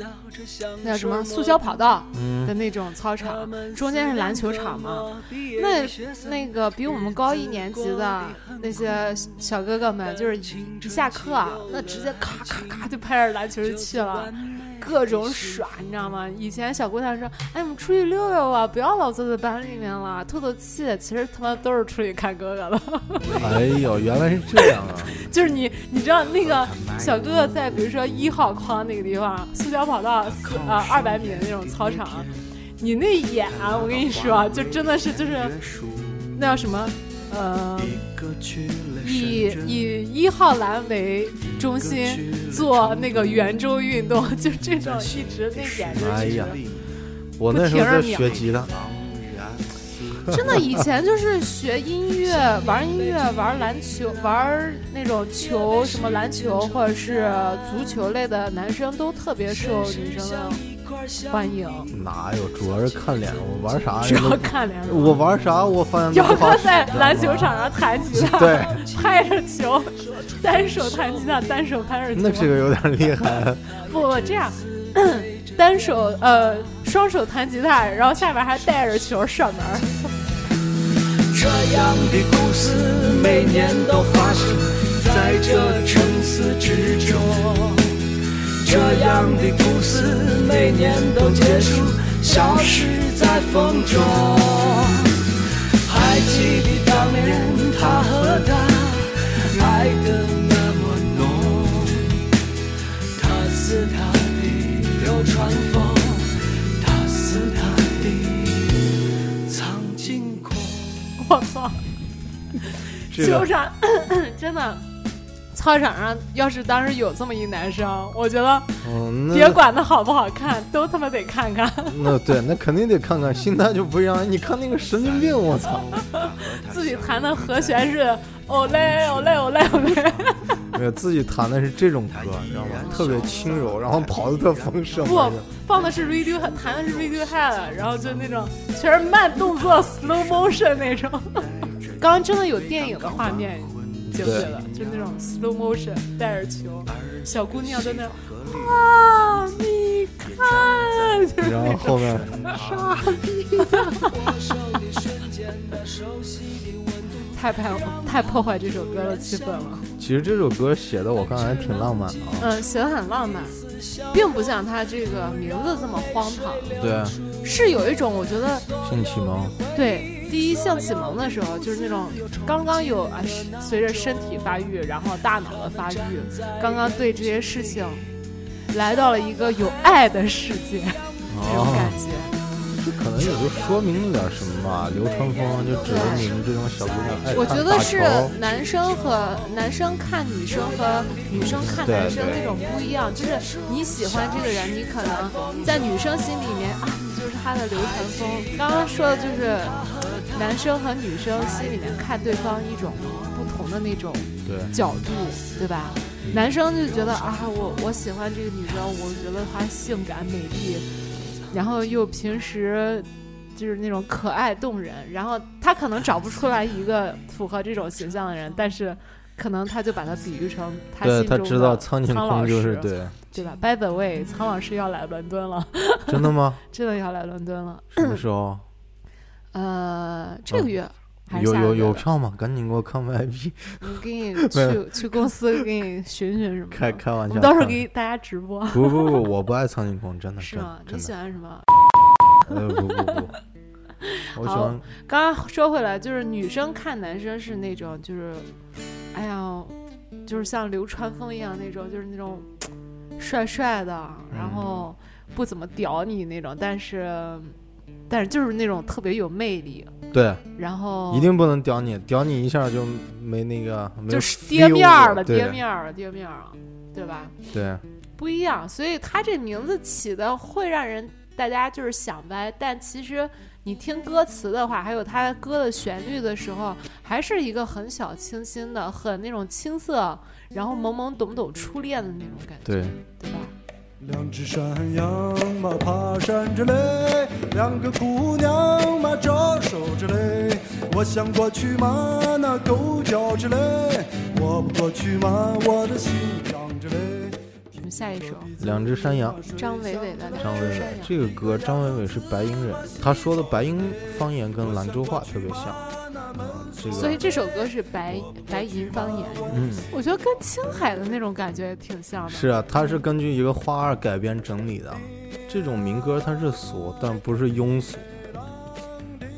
[SPEAKER 2] 那叫什么塑胶跑道的那种操场，中间是篮球场嘛。那那个比我们高一年级的那些小哥哥们，就是一一下课啊，那直接咔咔咔就拍着篮球就去了。各种耍，你知道吗？以前小姑娘说：“哎，我们出去溜溜吧，不要老坐在班里面了，透透气。”其实他妈都是出去看哥哥了。
[SPEAKER 1] 哎呦，原来是这样啊！
[SPEAKER 2] 就是你，你知道那个小哥哥
[SPEAKER 1] 啊
[SPEAKER 2] 啊在比如说一号框那个地方，塑胶跑道四呃二百米的那种操场，你那眼啊，我跟你说啊，就真的是就是那叫什么，呃，以以一号栏为中心做那个圆周运动，就这种一直那眼就
[SPEAKER 1] 哎
[SPEAKER 2] 一直
[SPEAKER 1] 呀，我那时候在
[SPEAKER 2] 不停儿秒
[SPEAKER 1] 学吉他，
[SPEAKER 2] *laughs* 真的以前就是学音乐，玩音乐，玩篮球，玩那种球，什么篮球或者是足球类的，男生都特别受女生的欢迎，
[SPEAKER 1] 哪有？主要是看脸，我玩啥
[SPEAKER 2] 主
[SPEAKER 1] 人
[SPEAKER 2] 要
[SPEAKER 1] 都，
[SPEAKER 2] 看脸了。
[SPEAKER 1] 我玩啥我发现都
[SPEAKER 2] 姚
[SPEAKER 1] 不好
[SPEAKER 2] 哥
[SPEAKER 1] 使
[SPEAKER 2] 在
[SPEAKER 1] 你知道
[SPEAKER 2] 篮球
[SPEAKER 1] 吗
[SPEAKER 2] 场上弹吉他，
[SPEAKER 1] 对，
[SPEAKER 2] 拍着球，单手弹吉他，单手拍着球。
[SPEAKER 1] 那这个有点厉害，啊
[SPEAKER 2] 不不这样，单手呃双手弹吉他，然后下边还带着球射门。
[SPEAKER 8] 这样的故事每年都发生在这城市之中。这样的故事每年都结束，消失在风中。还记得当年他和她爱得那么浓，他是她的流川枫，她是她的苍井空。
[SPEAKER 2] 我操！
[SPEAKER 1] 这
[SPEAKER 2] 球
[SPEAKER 1] 个
[SPEAKER 2] 场 *coughs* 真的，操场上要是当时有这么一男生，我觉得
[SPEAKER 1] 嗯，那
[SPEAKER 2] 别管他好不好看，都他妈得看看。
[SPEAKER 1] 那对，那肯定得看看，心态就不一样。你看那个神经病，我操！
[SPEAKER 2] 自己弹的和弦是哦嘞哦嘞哦嘞哦嘞，
[SPEAKER 1] 没有自己弹的是这种歌，你知道吗？特别轻柔，然后跑的特丰盛。
[SPEAKER 2] 不放的是 Radiohead，弹的是 Radiohead，然后就那种全是慢动作 slow motion 那种。
[SPEAKER 1] 哎
[SPEAKER 2] 刚刚真的有电影的画面，你记不记得？就那种 slow motion 带着球，小姑娘在那啊，你看，就是
[SPEAKER 1] 然
[SPEAKER 2] 那
[SPEAKER 1] 后
[SPEAKER 2] 种。
[SPEAKER 1] 后面
[SPEAKER 2] 太拍太破坏这首歌的气氛了。
[SPEAKER 1] 其实这首歌写的我看还挺浪漫的啊。
[SPEAKER 2] 嗯，写的很浪漫，并不像它这个名字这么荒唐，
[SPEAKER 1] 对，
[SPEAKER 2] 是有一种我觉得
[SPEAKER 1] 性启蒙，
[SPEAKER 2] 对第一性启蒙的时候，就是那种刚刚有啊，是随着身体发育，然后大脑的发育，刚刚对这些事情来到了一个有爱的世界，
[SPEAKER 1] 哦
[SPEAKER 2] 这种感觉。
[SPEAKER 1] 这可能也就说明了点什么吧。流川枫就指着你们这种小姑娘爱
[SPEAKER 2] 我
[SPEAKER 1] 看
[SPEAKER 2] 觉
[SPEAKER 1] 打
[SPEAKER 2] 得是
[SPEAKER 1] 球
[SPEAKER 2] 男生和男生看女生和女生看男生
[SPEAKER 1] 对对
[SPEAKER 2] 那种不一样，就是你喜欢这个人，你可能在女生心里面啊，你就是他的流川枫。刚刚说的就是男生和女生心里面看对方一种不同的那种
[SPEAKER 1] 对
[SPEAKER 2] 角度，对吧？男生就觉得啊，我我喜欢这个女生，我觉得她性感美丽，然后又平时就是那种可爱动人，然后他可能找不出来一个符合这种形象的人，但是可能他就把他比喻成他
[SPEAKER 1] 对，
[SPEAKER 2] 心中的
[SPEAKER 1] 他知道苍
[SPEAKER 2] 苍
[SPEAKER 1] 井
[SPEAKER 2] 老
[SPEAKER 1] 空
[SPEAKER 2] 师
[SPEAKER 1] 就是对，
[SPEAKER 2] 对吧？By the way，苍老师要来伦敦了， *laughs*
[SPEAKER 1] 真的吗？
[SPEAKER 2] 真的要来伦敦了。
[SPEAKER 1] 什么时候？
[SPEAKER 2] 呃，这个月、还是
[SPEAKER 1] 有
[SPEAKER 2] 下个
[SPEAKER 1] 有
[SPEAKER 2] 月
[SPEAKER 1] 有
[SPEAKER 2] 的，
[SPEAKER 1] 票吗？赶紧给我看
[SPEAKER 2] *laughs*
[SPEAKER 1] VIP。
[SPEAKER 2] 我给你 *laughs* 去去公司给你寻寻什么的。
[SPEAKER 1] 开开玩
[SPEAKER 2] 我
[SPEAKER 1] 笑，
[SPEAKER 2] 们到时候
[SPEAKER 1] 开玩
[SPEAKER 2] 给大家直播，
[SPEAKER 1] *laughs* 不不不，我不爱苍井空，真的
[SPEAKER 2] 是
[SPEAKER 1] 真
[SPEAKER 2] 吗？
[SPEAKER 1] 真
[SPEAKER 2] 你喜
[SPEAKER 1] 的，
[SPEAKER 2] 欢什么？
[SPEAKER 1] 呃不不不，
[SPEAKER 2] *laughs*
[SPEAKER 1] 我喜
[SPEAKER 2] 好
[SPEAKER 1] 欢
[SPEAKER 2] 刚刚说回来，就是女生看男生是那种，就是，哎呀，就是像流川枫一样那种，就是那种帅帅的，
[SPEAKER 1] 嗯
[SPEAKER 2] 然后不怎么屌你那种，但是，但是就是那种特别有魅力，
[SPEAKER 1] 对，
[SPEAKER 2] 然后
[SPEAKER 1] 一定不能屌你，屌你一下就没那个，没有
[SPEAKER 2] 就是跌面儿
[SPEAKER 1] feel
[SPEAKER 2] 了，
[SPEAKER 1] 对
[SPEAKER 2] 跌面儿了，跌面儿了，对吧？
[SPEAKER 1] 对，
[SPEAKER 2] 不一样，所以他这名字起的会让人大家就是想歪，但其实你听歌词的话，还有他歌的旋律的时候，还是一个很小清新的，很那种青涩，然后懵懵懂懂初恋的那种感觉，
[SPEAKER 1] 对
[SPEAKER 2] 对吧？
[SPEAKER 8] 两只山羊嘛爬山着嘞，两个姑娘嘛招手着嘞。我想过去嘛那狗叫着嘞，我不过去嘛我的心痒着嘞。
[SPEAKER 2] 我们下一首
[SPEAKER 1] 两只山羊，
[SPEAKER 2] 张伟伟的《
[SPEAKER 1] 张
[SPEAKER 2] 两
[SPEAKER 1] 伟
[SPEAKER 2] 只
[SPEAKER 1] 伟
[SPEAKER 2] 山羊》，
[SPEAKER 1] 这个歌，张伟伟是白银人，他说的白银方言跟兰州话特别像，嗯这
[SPEAKER 2] 所以
[SPEAKER 1] 个
[SPEAKER 2] 这首歌是白白银方言，
[SPEAKER 1] 嗯
[SPEAKER 2] 我觉得跟青海的那种感觉挺像的。
[SPEAKER 1] 是啊，它是根据一个花儿改编整理的，这种民歌它是俗，但不是庸俗，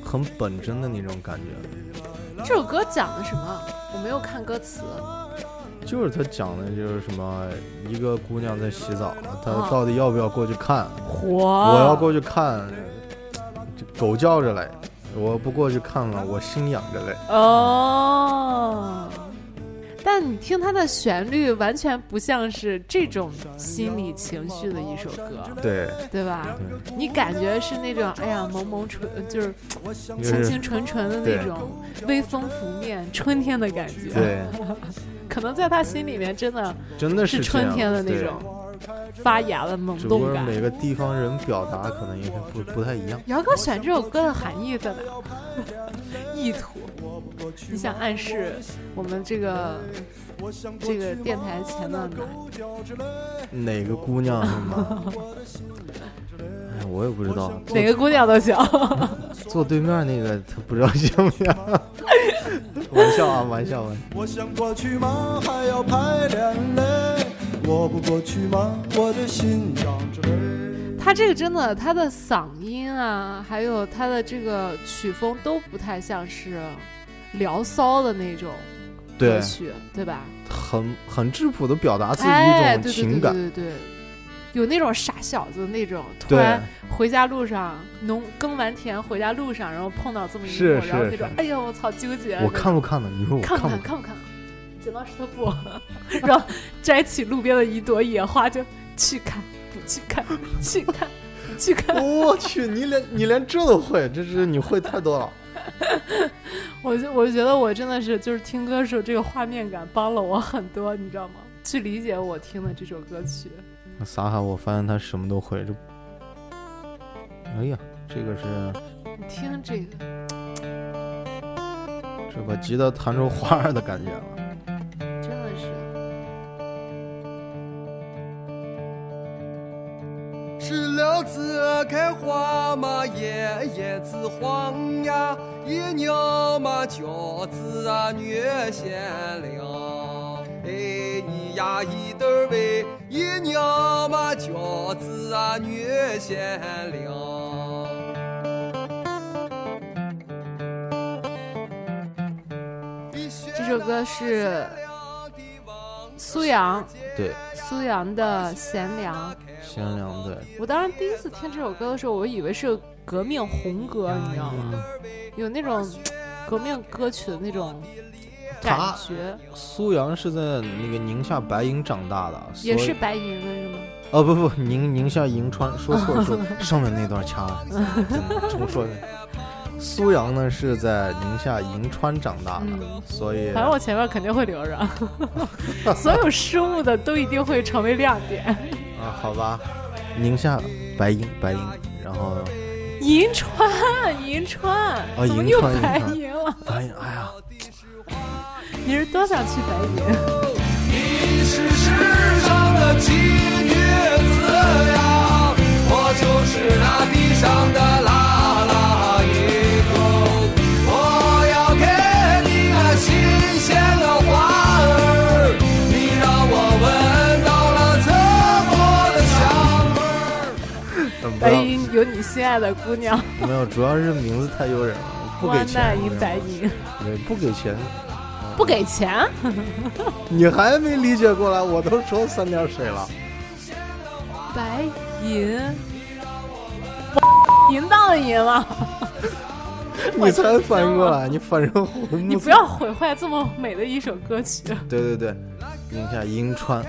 [SPEAKER 1] 很本真的那种感觉。
[SPEAKER 2] 这首歌讲的什么？我没有看歌词，
[SPEAKER 1] 就是他讲的就是什么，一个姑娘在洗澡，她
[SPEAKER 2] 啊哦
[SPEAKER 1] 到底要不要过去看？
[SPEAKER 2] 火，
[SPEAKER 1] 我要过去看，这狗叫着来，我不过是看了，我心痒着来。
[SPEAKER 2] 哦。但你听它的旋律，完全不像是这种心理情绪的一首歌，
[SPEAKER 1] 对，
[SPEAKER 2] 对吧？你感觉是那种哎呀萌萌纯，就是
[SPEAKER 1] 就
[SPEAKER 2] 清
[SPEAKER 1] 是
[SPEAKER 2] 清纯纯的那
[SPEAKER 1] 对
[SPEAKER 2] 种微风拂面春天的感觉。
[SPEAKER 1] 对，
[SPEAKER 2] 可能在他心里面真的
[SPEAKER 1] 真的
[SPEAKER 2] 是
[SPEAKER 1] 这
[SPEAKER 2] 春
[SPEAKER 1] 样
[SPEAKER 2] 天的那
[SPEAKER 1] 对
[SPEAKER 2] 种发芽的萌
[SPEAKER 1] 只不
[SPEAKER 2] 动
[SPEAKER 1] 过
[SPEAKER 2] 感。
[SPEAKER 1] 每个地方人表达可能也是不不太一样。
[SPEAKER 2] 姚哥选这首歌的含义在哪？意图，你想暗示我们这个这个电台前的哪？
[SPEAKER 1] 哪个姑娘是吗？ *laughs* 哎，我也不知道。
[SPEAKER 2] *laughs* 哪个姑娘都行。
[SPEAKER 1] 坐坐对面那个，他不知道行不行？ *laughs* 玩笑啊，玩笑，玩笑。
[SPEAKER 7] 我想过去吗？还要排两泪。我不过去吗？我的心痒着泪。
[SPEAKER 2] 他这个真的，他的嗓音啊，还有他的这个曲风都不太像是聊骚的那种歌
[SPEAKER 1] 对，
[SPEAKER 2] 曲，对吧？
[SPEAKER 1] 很很质朴的表达自己
[SPEAKER 2] 哎，
[SPEAKER 1] 一种
[SPEAKER 2] 对对
[SPEAKER 1] 情感。
[SPEAKER 2] 对对对对，有那种傻小子那种，突
[SPEAKER 1] 对
[SPEAKER 2] 然回家路上农耕完田回家路上，然后碰到这么一幕，
[SPEAKER 1] 是
[SPEAKER 2] 然后
[SPEAKER 1] 是
[SPEAKER 2] 那种
[SPEAKER 1] 是
[SPEAKER 2] 哎呦我操纠结。
[SPEAKER 1] 我看不看呢？你说我
[SPEAKER 2] 看
[SPEAKER 1] 看
[SPEAKER 2] 不
[SPEAKER 1] 不
[SPEAKER 2] 看看不看，剪刀石头布，然后摘起路边的一朵野花就去看不去看去看不去看，
[SPEAKER 1] *laughs* 我去，你连你连这都会，这是你会太多了。 *laughs*
[SPEAKER 2] 我就我觉得我真的是就是听歌的时候这个画面感帮了我很多，你知道吗？去理解我听的这首歌曲。
[SPEAKER 1] 撒哈，我发现他什么都会。这，哎呀，这个是
[SPEAKER 2] 你听这个，
[SPEAKER 1] 这把吉他弹出花儿的感觉了。
[SPEAKER 2] 真的是。
[SPEAKER 3] 石榴子开花嘛，叶叶子黄呀，一娘嘛饺子啊月鲜了。哎，你呀一对儿喂，一娘嘛饺子啊月鲜了。
[SPEAKER 2] 这首歌是苏阳，
[SPEAKER 1] 对，
[SPEAKER 2] 苏阳的《贤良》。
[SPEAKER 1] 贤良对，
[SPEAKER 2] 我当时第一次听这首歌的时候，我以为是革命红歌，你知道吗？有那种革命歌曲的那种感觉，
[SPEAKER 1] 苏阳是在那个宁夏白银长大的，所以
[SPEAKER 2] 也是白银的是吗？
[SPEAKER 1] 哦不不宁宁夏银川，说错了说
[SPEAKER 2] *laughs*
[SPEAKER 1] 错了上面那段掐了，嗯重说一遍。苏阳呢是在宁夏银川长大的，
[SPEAKER 2] 嗯
[SPEAKER 1] 所以
[SPEAKER 2] 反正我前面肯定会留着， *laughs* 所有失误的都一定会成为亮点。
[SPEAKER 1] 啊好吧，宁夏白银白银，然后
[SPEAKER 2] 银川，银川，
[SPEAKER 1] 哦
[SPEAKER 2] 怎么又
[SPEAKER 1] 银川银
[SPEAKER 2] 白
[SPEAKER 1] 川
[SPEAKER 2] 银了？
[SPEAKER 1] 白银哎呀，
[SPEAKER 2] 你是多想去白银？
[SPEAKER 3] 你是世上的奇女子呀，我就是那地上的拉拉一个。我要给你那新鲜的花儿，你让我闻到了刺骨
[SPEAKER 1] 嗯
[SPEAKER 3] 的香味儿。
[SPEAKER 1] 不
[SPEAKER 2] 白
[SPEAKER 1] 要
[SPEAKER 2] 银有你心爱的姑娘，
[SPEAKER 1] 没有，主要是名字太诱人了，不
[SPEAKER 2] 花
[SPEAKER 1] 给
[SPEAKER 2] 难
[SPEAKER 1] 钱，
[SPEAKER 2] 银白银，
[SPEAKER 1] 对不给钱，
[SPEAKER 2] 不给钱。
[SPEAKER 1] 你还没理解过来，我都说三点水
[SPEAKER 2] *laughs*
[SPEAKER 1] 了，
[SPEAKER 2] 白银，淫荡的淫了，
[SPEAKER 1] 你才反应过来，你反正红
[SPEAKER 2] 你
[SPEAKER 1] 目
[SPEAKER 2] *laughs* 不要毁坏这么美的一首歌曲。
[SPEAKER 1] 对对对，宁夏银川，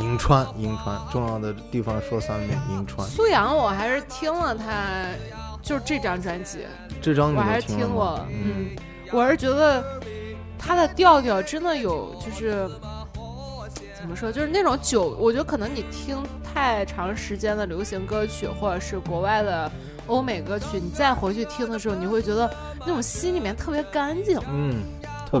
[SPEAKER 1] 银川，银川，重要的地方说三遍，银川。
[SPEAKER 2] *laughs* 苏阳，我还是听了他，就是这张专辑，
[SPEAKER 1] 这张你
[SPEAKER 2] 我
[SPEAKER 1] 都
[SPEAKER 2] 还是听
[SPEAKER 1] 了
[SPEAKER 2] 过
[SPEAKER 1] 吗
[SPEAKER 2] 了？。
[SPEAKER 1] 嗯，
[SPEAKER 2] 嗯，我是觉得他的调调真的有，就是怎么说，就是那种久，我觉得可能你听太长时间的流行歌曲或者是国外的欧美歌曲，你再回去听的时候，你会觉得那种心里面特别干净。
[SPEAKER 1] 嗯，
[SPEAKER 2] 我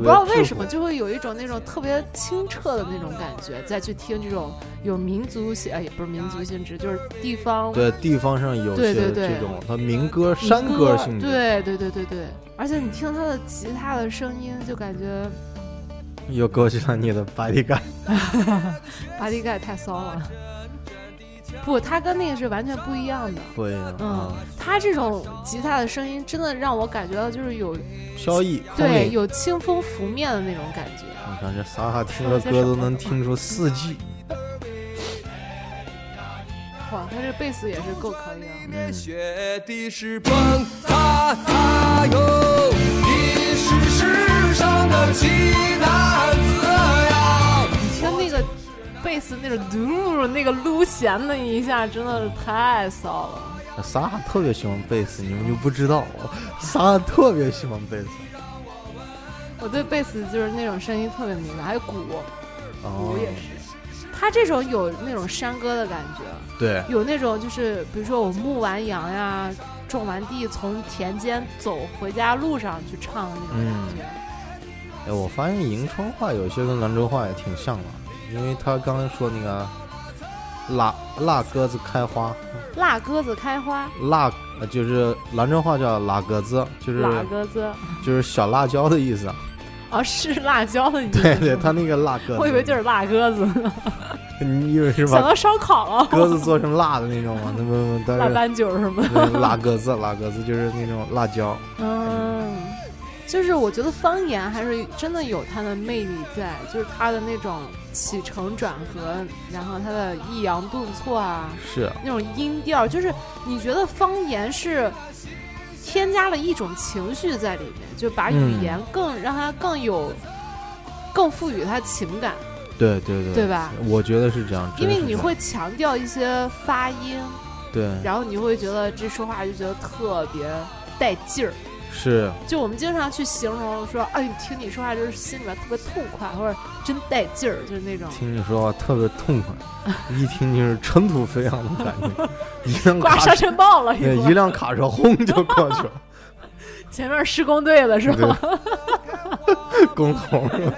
[SPEAKER 1] 特
[SPEAKER 2] 不
[SPEAKER 1] 别
[SPEAKER 2] 知道为
[SPEAKER 1] 质
[SPEAKER 2] 什么
[SPEAKER 1] 朴
[SPEAKER 2] 就会有一种那种特别清澈的那种感觉，再去听这种有民族性，哎，也不是民族性质，就是地方
[SPEAKER 1] 对地方上有
[SPEAKER 2] 对
[SPEAKER 1] 些
[SPEAKER 2] 对对
[SPEAKER 1] 这种它民歌
[SPEAKER 2] 民
[SPEAKER 1] 山
[SPEAKER 2] 歌
[SPEAKER 1] 歌性质，
[SPEAKER 2] 对对对对对，而且你听他的吉他的声音，就
[SPEAKER 1] *laughs*
[SPEAKER 2] 感觉嗯
[SPEAKER 1] 又勾起了你的巴蒂感。
[SPEAKER 2] 巴蒂盖太骚了。不，他跟那个是完全不一样的。
[SPEAKER 1] 对呀，
[SPEAKER 2] 嗯
[SPEAKER 1] 啊，，
[SPEAKER 2] 他这种吉他的声音真的让我感觉到就是有
[SPEAKER 1] 飘逸，空
[SPEAKER 2] 对
[SPEAKER 1] 灵。
[SPEAKER 2] 有清风拂面的那种感觉。
[SPEAKER 1] 你看这撒哈听着歌都能听出四季，
[SPEAKER 2] 哇，他这贝斯也是够可以啊！
[SPEAKER 8] 面雪地是崩塌塌哟，你是世上的奇男子呀。
[SPEAKER 2] 听那个贝斯那种嘟那个撸弦的一下，真的是太骚了。
[SPEAKER 1] 撒哈特别喜欢贝斯，你们就不知道，撒哈特别喜欢贝斯。
[SPEAKER 2] 我对贝斯就是那种声音特别敏感，还有鼓，
[SPEAKER 1] 哦，
[SPEAKER 2] 他这种有那种山歌的感觉，
[SPEAKER 1] 对，
[SPEAKER 2] 有那种就是比如说我牧完羊呀，种完地，从田间走回家路上去唱的那种感觉。
[SPEAKER 1] 哎，我发现银川话有些跟兰州话也挺像的，因为他刚才说那个辣辣鸽子开花，
[SPEAKER 2] 辣鸽子开花，
[SPEAKER 1] 辣呃就是兰州话叫辣鸽子，就是
[SPEAKER 2] 辣鸽子，
[SPEAKER 1] 就是小辣椒的意
[SPEAKER 2] *laughs*
[SPEAKER 1] 思。
[SPEAKER 2] 哦，是辣
[SPEAKER 1] *laughs*
[SPEAKER 2] 椒的意思。
[SPEAKER 1] 对对，他那个辣鸽子，
[SPEAKER 2] 我以为就是辣鸽子，
[SPEAKER 1] 你以为是
[SPEAKER 2] 想
[SPEAKER 1] 把
[SPEAKER 2] 到烧烤了，
[SPEAKER 1] 鸽子做成辣的那种吗？那不，但
[SPEAKER 2] 辣
[SPEAKER 1] 是
[SPEAKER 2] 斑鸠是吗？
[SPEAKER 1] 对辣鸽子，辣鸽子就是那种辣椒。
[SPEAKER 2] 嗯，就是我觉得方言还是真的有它的魅力在，就是它的那种起承转合，然后它的抑扬顿挫啊，
[SPEAKER 1] 是，
[SPEAKER 2] 那种音调，就是你觉得方言是添加了一种情绪在里面，就把语
[SPEAKER 1] 嗯
[SPEAKER 2] 言更、让它更有。更赋予它情感，
[SPEAKER 1] 对对对，
[SPEAKER 2] 对吧？
[SPEAKER 1] 我觉得是这样，
[SPEAKER 2] 因
[SPEAKER 1] 真的
[SPEAKER 2] 为
[SPEAKER 1] 是
[SPEAKER 2] 你
[SPEAKER 1] 这样
[SPEAKER 2] 会强调一些发音，
[SPEAKER 1] 对
[SPEAKER 2] 然后你会觉得这说话就觉得特别带劲儿。
[SPEAKER 1] 是
[SPEAKER 2] 就我们经常去形容说，哎，听你说话就是心里面特别痛快，或者真带劲儿，就是那种
[SPEAKER 1] 听你说话特别痛快，一听就是尘土飞扬的感
[SPEAKER 2] *laughs*
[SPEAKER 1] 觉，一辆
[SPEAKER 2] 刮
[SPEAKER 1] 卡
[SPEAKER 2] 沙
[SPEAKER 1] 车，
[SPEAKER 2] 尘暴了，
[SPEAKER 1] 嗯对，
[SPEAKER 2] 一
[SPEAKER 1] 一
[SPEAKER 2] 会儿
[SPEAKER 1] 辆卡车轰就过去了，
[SPEAKER 2] 前面施工队 *laughs* 了是吧？
[SPEAKER 1] 对， *laughs* 工头儿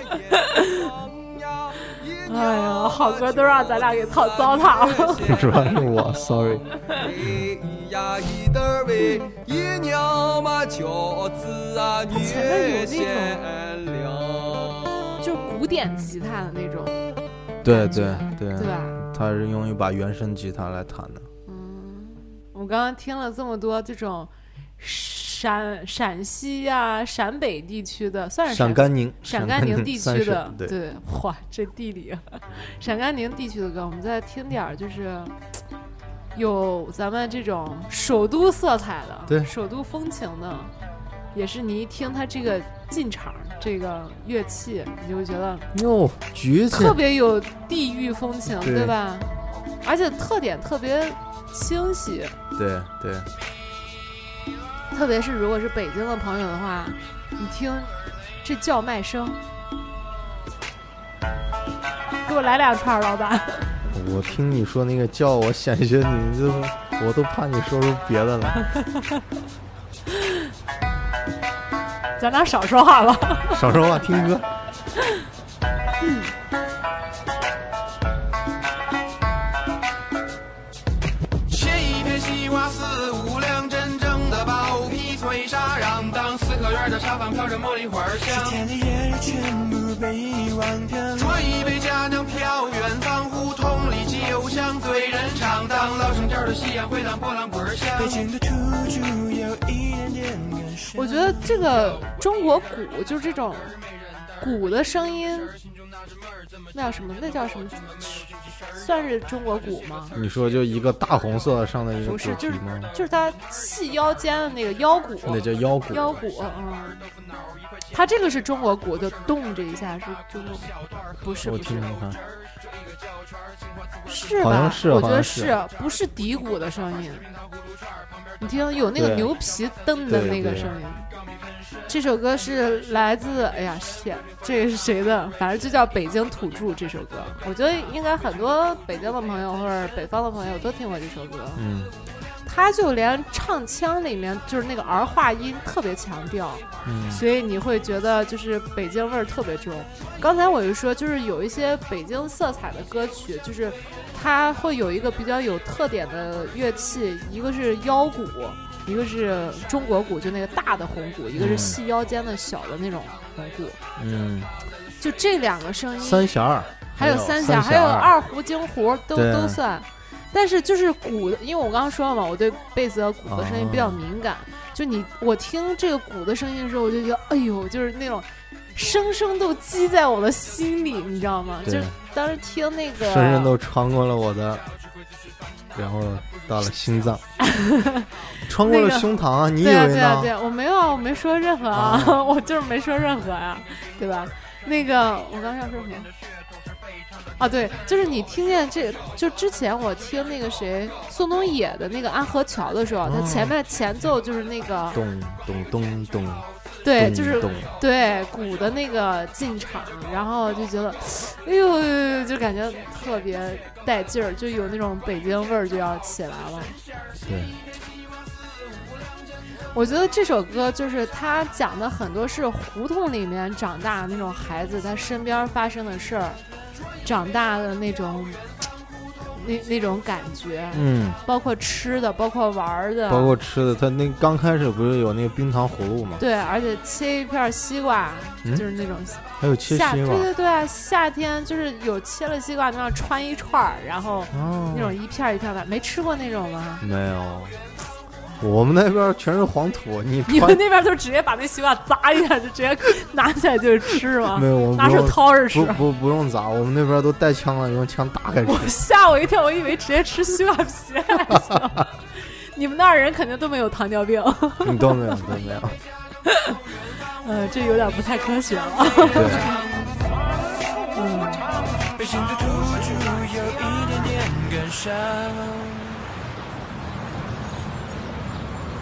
[SPEAKER 2] 哎呀，好歌都让咱俩给套糟蹋了。
[SPEAKER 1] 是吧？是我，sorry，
[SPEAKER 2] *laughs*
[SPEAKER 8] 咿呀咿得儿喂，一娘嘛叫子啊女
[SPEAKER 2] 前面有那种
[SPEAKER 8] 贤良。
[SPEAKER 2] 就古典吉他的那种，
[SPEAKER 1] 对对对，
[SPEAKER 2] 对吧？
[SPEAKER 1] 他是用一把原声吉他来弹的，
[SPEAKER 2] 我刚刚听了这么多这种陕陕西呀、陕北地区的，算是
[SPEAKER 1] 陕
[SPEAKER 2] 北
[SPEAKER 1] 甘宁，
[SPEAKER 2] 陕
[SPEAKER 1] 甘
[SPEAKER 2] 甘宁地
[SPEAKER 1] 三
[SPEAKER 2] 区
[SPEAKER 1] 省
[SPEAKER 2] 的，
[SPEAKER 1] 对，
[SPEAKER 2] 对，哇，这地理啊，陕甘宁地区的歌，我们再听点儿，就是有咱们这种首都色彩的，
[SPEAKER 1] 对
[SPEAKER 2] 首都风情的，也是你一听它这个进场这个乐器，你就会觉得
[SPEAKER 1] 哟，橘子
[SPEAKER 2] 特，别有地域风情，
[SPEAKER 1] 对
[SPEAKER 2] 对吧？而且特点特别清晰，
[SPEAKER 1] 对对，
[SPEAKER 2] 特别是如果是北京的朋友的话，你听这叫卖声，给我来两串儿，老板。 *laughs*
[SPEAKER 1] 我听你说那个叫我险些你这，我都怕你说出别的来，
[SPEAKER 2] 咱俩少说话吧。
[SPEAKER 1] 少说话，听歌，
[SPEAKER 3] 切一片西瓜四五两，真正的包皮脆沙瓤。当四合院的茶饭飘着茉莉花香。
[SPEAKER 8] 的夜里，千百杯万遍
[SPEAKER 3] 端一杯佳酿飘远方，胡同里酒香醉人肠。当老生调的夕阳回荡波浪滚儿响。
[SPEAKER 8] 京的土著有一点点感伤
[SPEAKER 2] 我觉得这个中国鼓就是这种鼓的声音，那叫什么？那叫什么？算是中国鼓吗？
[SPEAKER 1] 你说就一个大红色上的一个主
[SPEAKER 2] 不是，
[SPEAKER 1] 题
[SPEAKER 2] 就是
[SPEAKER 1] 吗？
[SPEAKER 2] 就是它细腰间的那个腰鼓，
[SPEAKER 1] 那叫腰鼓，
[SPEAKER 2] 腰鼓，嗯，它这个是中国鼓，就动这一下是中国鼓，不是
[SPEAKER 1] 我
[SPEAKER 2] 不
[SPEAKER 1] 听
[SPEAKER 2] 是
[SPEAKER 1] 听看，
[SPEAKER 2] 是
[SPEAKER 1] 好
[SPEAKER 2] 吧
[SPEAKER 1] 像？是
[SPEAKER 2] 我觉
[SPEAKER 1] 好像
[SPEAKER 2] 得是
[SPEAKER 1] 是，
[SPEAKER 2] 不是底鼓的声音？你听，有那个
[SPEAKER 1] 对
[SPEAKER 2] 牛皮蹬的
[SPEAKER 1] 对
[SPEAKER 2] 那个
[SPEAKER 1] 对
[SPEAKER 2] 声音。这首歌是来自，哎呀，谢，这个是谁的？反正就叫《北京土著》这首歌。我觉得应该很多北京的朋友或者北方的朋友都听过这首歌。
[SPEAKER 1] 嗯，
[SPEAKER 2] 他就连唱腔里面就是那个儿化音特别强调，
[SPEAKER 1] 嗯
[SPEAKER 2] 所以你会觉得就是北京味儿特别重。刚才我就说，就是有一些北京色彩的歌曲，就是它会有一个比较有特点的乐器，一个是腰鼓，一个是中国鼓，就那个大的红鼓，一个是
[SPEAKER 1] 嗯
[SPEAKER 2] 细腰间的小的那种红鼓。
[SPEAKER 1] 嗯，
[SPEAKER 2] 就这两个声音，
[SPEAKER 1] 三弦儿，
[SPEAKER 2] 还有三
[SPEAKER 1] 三
[SPEAKER 2] 弦，还有
[SPEAKER 1] 儿，
[SPEAKER 2] 二胡、京胡都
[SPEAKER 1] 对
[SPEAKER 2] 都算。但是就是鼓的，因为我刚刚说了嘛，我对贝斯和鼓的声音比较敏感。就你我听这个鼓的声音的时候，我就觉得哎呦，就是那种生生都击在我的心里，你知道吗？就
[SPEAKER 1] 对
[SPEAKER 2] 是当时听那个
[SPEAKER 1] 深深都穿过了我的然后到了心
[SPEAKER 2] *laughs*
[SPEAKER 1] 脏，穿过了胸膛啊！你以
[SPEAKER 2] 对啊，
[SPEAKER 1] 为
[SPEAKER 2] 对啊，对
[SPEAKER 1] 呢？
[SPEAKER 2] 啊，我没有啊，我没说任何啊， *laughs* 我就是没说任何啊，对吧？那个我刚要说什么？啊，对，就是你听见这就之前我听那个谁宋冬野的那个《安河桥》的时候，他前面前奏就是那个
[SPEAKER 1] 嗯咚咚咚咚，
[SPEAKER 2] 对，
[SPEAKER 1] 咚
[SPEAKER 2] 就是
[SPEAKER 1] 咚
[SPEAKER 2] 对鼓的那个进场，然后就觉得，哎呦，就感觉特别带劲儿，就有那种北京味儿就要起来了。
[SPEAKER 1] 对，
[SPEAKER 2] 我觉得这首歌就是他讲的很多是胡同里面长大的那种孩子，他身边发生的事儿，长大的那种，那那种感觉，
[SPEAKER 1] 嗯，
[SPEAKER 2] 包括吃的，包括玩儿的，
[SPEAKER 1] 包括吃的，他那刚开始不是有那个冰糖葫芦吗？
[SPEAKER 2] 对，而且切一片西瓜，
[SPEAKER 1] 嗯
[SPEAKER 2] 就是那种
[SPEAKER 1] 还有切
[SPEAKER 2] 夏，
[SPEAKER 1] 西
[SPEAKER 2] 对
[SPEAKER 1] 瓜，
[SPEAKER 2] 对对啊，夏天就是有切了西瓜那样穿一串儿，然后
[SPEAKER 1] 哦
[SPEAKER 2] 那种一片儿一片儿的，没吃过那种吗？
[SPEAKER 1] 没有，我们那边全是黄土，你
[SPEAKER 2] 你
[SPEAKER 1] 穿
[SPEAKER 2] 们那边就直接把那西瓜砸一下，就直接拿起来就是吃吗？
[SPEAKER 1] 没有，我们
[SPEAKER 2] 拿
[SPEAKER 1] 不
[SPEAKER 2] 手
[SPEAKER 1] 用
[SPEAKER 2] 掏着吃
[SPEAKER 1] 不。不不用砸，我们那边都带枪了，用枪打开吃
[SPEAKER 2] 我。 *laughs* 吓我一跳，我以为直接吃西瓜皮 *laughs* 还行。你们那儿人肯定都没有糖尿 *laughs* 病，
[SPEAKER 1] 你都没有都没有，
[SPEAKER 2] 呃，这有点不太科学了。
[SPEAKER 1] 对。
[SPEAKER 5] 被心的突出有一点点感伤。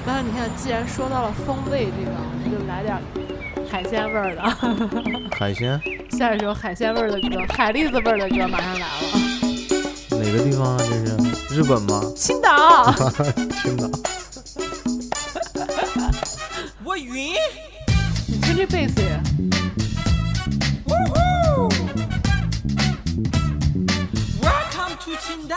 [SPEAKER 2] 刚才你看，既然说到了风味这个，我们就来点海鲜味儿的。
[SPEAKER 1] *laughs*
[SPEAKER 2] *laughs*
[SPEAKER 1] 海鲜
[SPEAKER 2] 下一首海鲜味儿的歌，海蛎子味儿的歌马上来了。
[SPEAKER 1] 哪个地方啊？这是日本 *laughs* 吗？
[SPEAKER 2] 青岛，
[SPEAKER 1] 青岛。
[SPEAKER 5] 我晕，
[SPEAKER 2] 你听这贝斯，
[SPEAKER 8] Welcome to 青岛。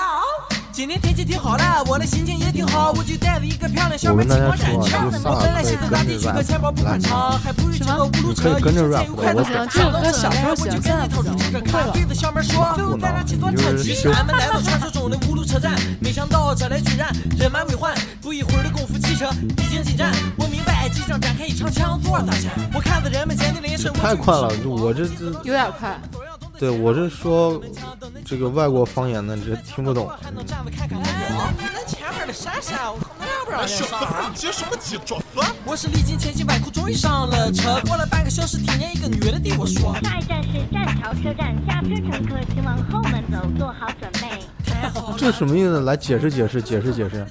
[SPEAKER 8] 今天天气挺好的，我的心情也挺好，我就带着一个漂亮小
[SPEAKER 1] 我
[SPEAKER 8] 妹
[SPEAKER 1] 跟
[SPEAKER 8] 去
[SPEAKER 1] 大家
[SPEAKER 8] 逛
[SPEAKER 1] 说
[SPEAKER 8] 展区。
[SPEAKER 1] 啊，就是萨
[SPEAKER 8] 我
[SPEAKER 1] 尔
[SPEAKER 8] 本来
[SPEAKER 1] 可以
[SPEAKER 8] 想
[SPEAKER 1] 跟
[SPEAKER 8] 着当地
[SPEAKER 1] 着
[SPEAKER 8] 去个钱
[SPEAKER 1] rap
[SPEAKER 8] 包不
[SPEAKER 1] 来
[SPEAKER 8] 管长，还不如去个轱辘
[SPEAKER 1] 可
[SPEAKER 8] 车，
[SPEAKER 1] 以跟着
[SPEAKER 8] 一天
[SPEAKER 1] rap
[SPEAKER 8] 见
[SPEAKER 1] 的我
[SPEAKER 8] 快乐
[SPEAKER 2] 不行，这首歌小时候喜欢，现在不行，
[SPEAKER 8] 这
[SPEAKER 2] 会
[SPEAKER 8] 咖
[SPEAKER 2] 了
[SPEAKER 8] 啡。的小妹说，最后带她去坐
[SPEAKER 1] 你
[SPEAKER 8] 车
[SPEAKER 1] 就是
[SPEAKER 8] 骑
[SPEAKER 1] 修
[SPEAKER 8] 士。俺们来到传说中的乌鲁车站，没想到车来居然人满为患。不一会儿的功夫，汽车已经进站。我明白即将展开一场强作大战。我看着人们间的脸色，
[SPEAKER 1] 太快了，我这这，
[SPEAKER 2] 有点快，
[SPEAKER 1] 对我这说这个外国方言的，这听不懂。
[SPEAKER 8] 还能站着看看我。那前面的闪闪，我靠，那不知道
[SPEAKER 5] 小子，急什么急？装蒜？
[SPEAKER 8] 啊我是历经千辛万苦，终于上了车。过了半个小时，听见一个女的对我说
[SPEAKER 9] 下一站是站桥车站，下车乘客请往后门走，做好准备。：“
[SPEAKER 8] 太好了，
[SPEAKER 1] 这什么意思？来解释解释解释解释。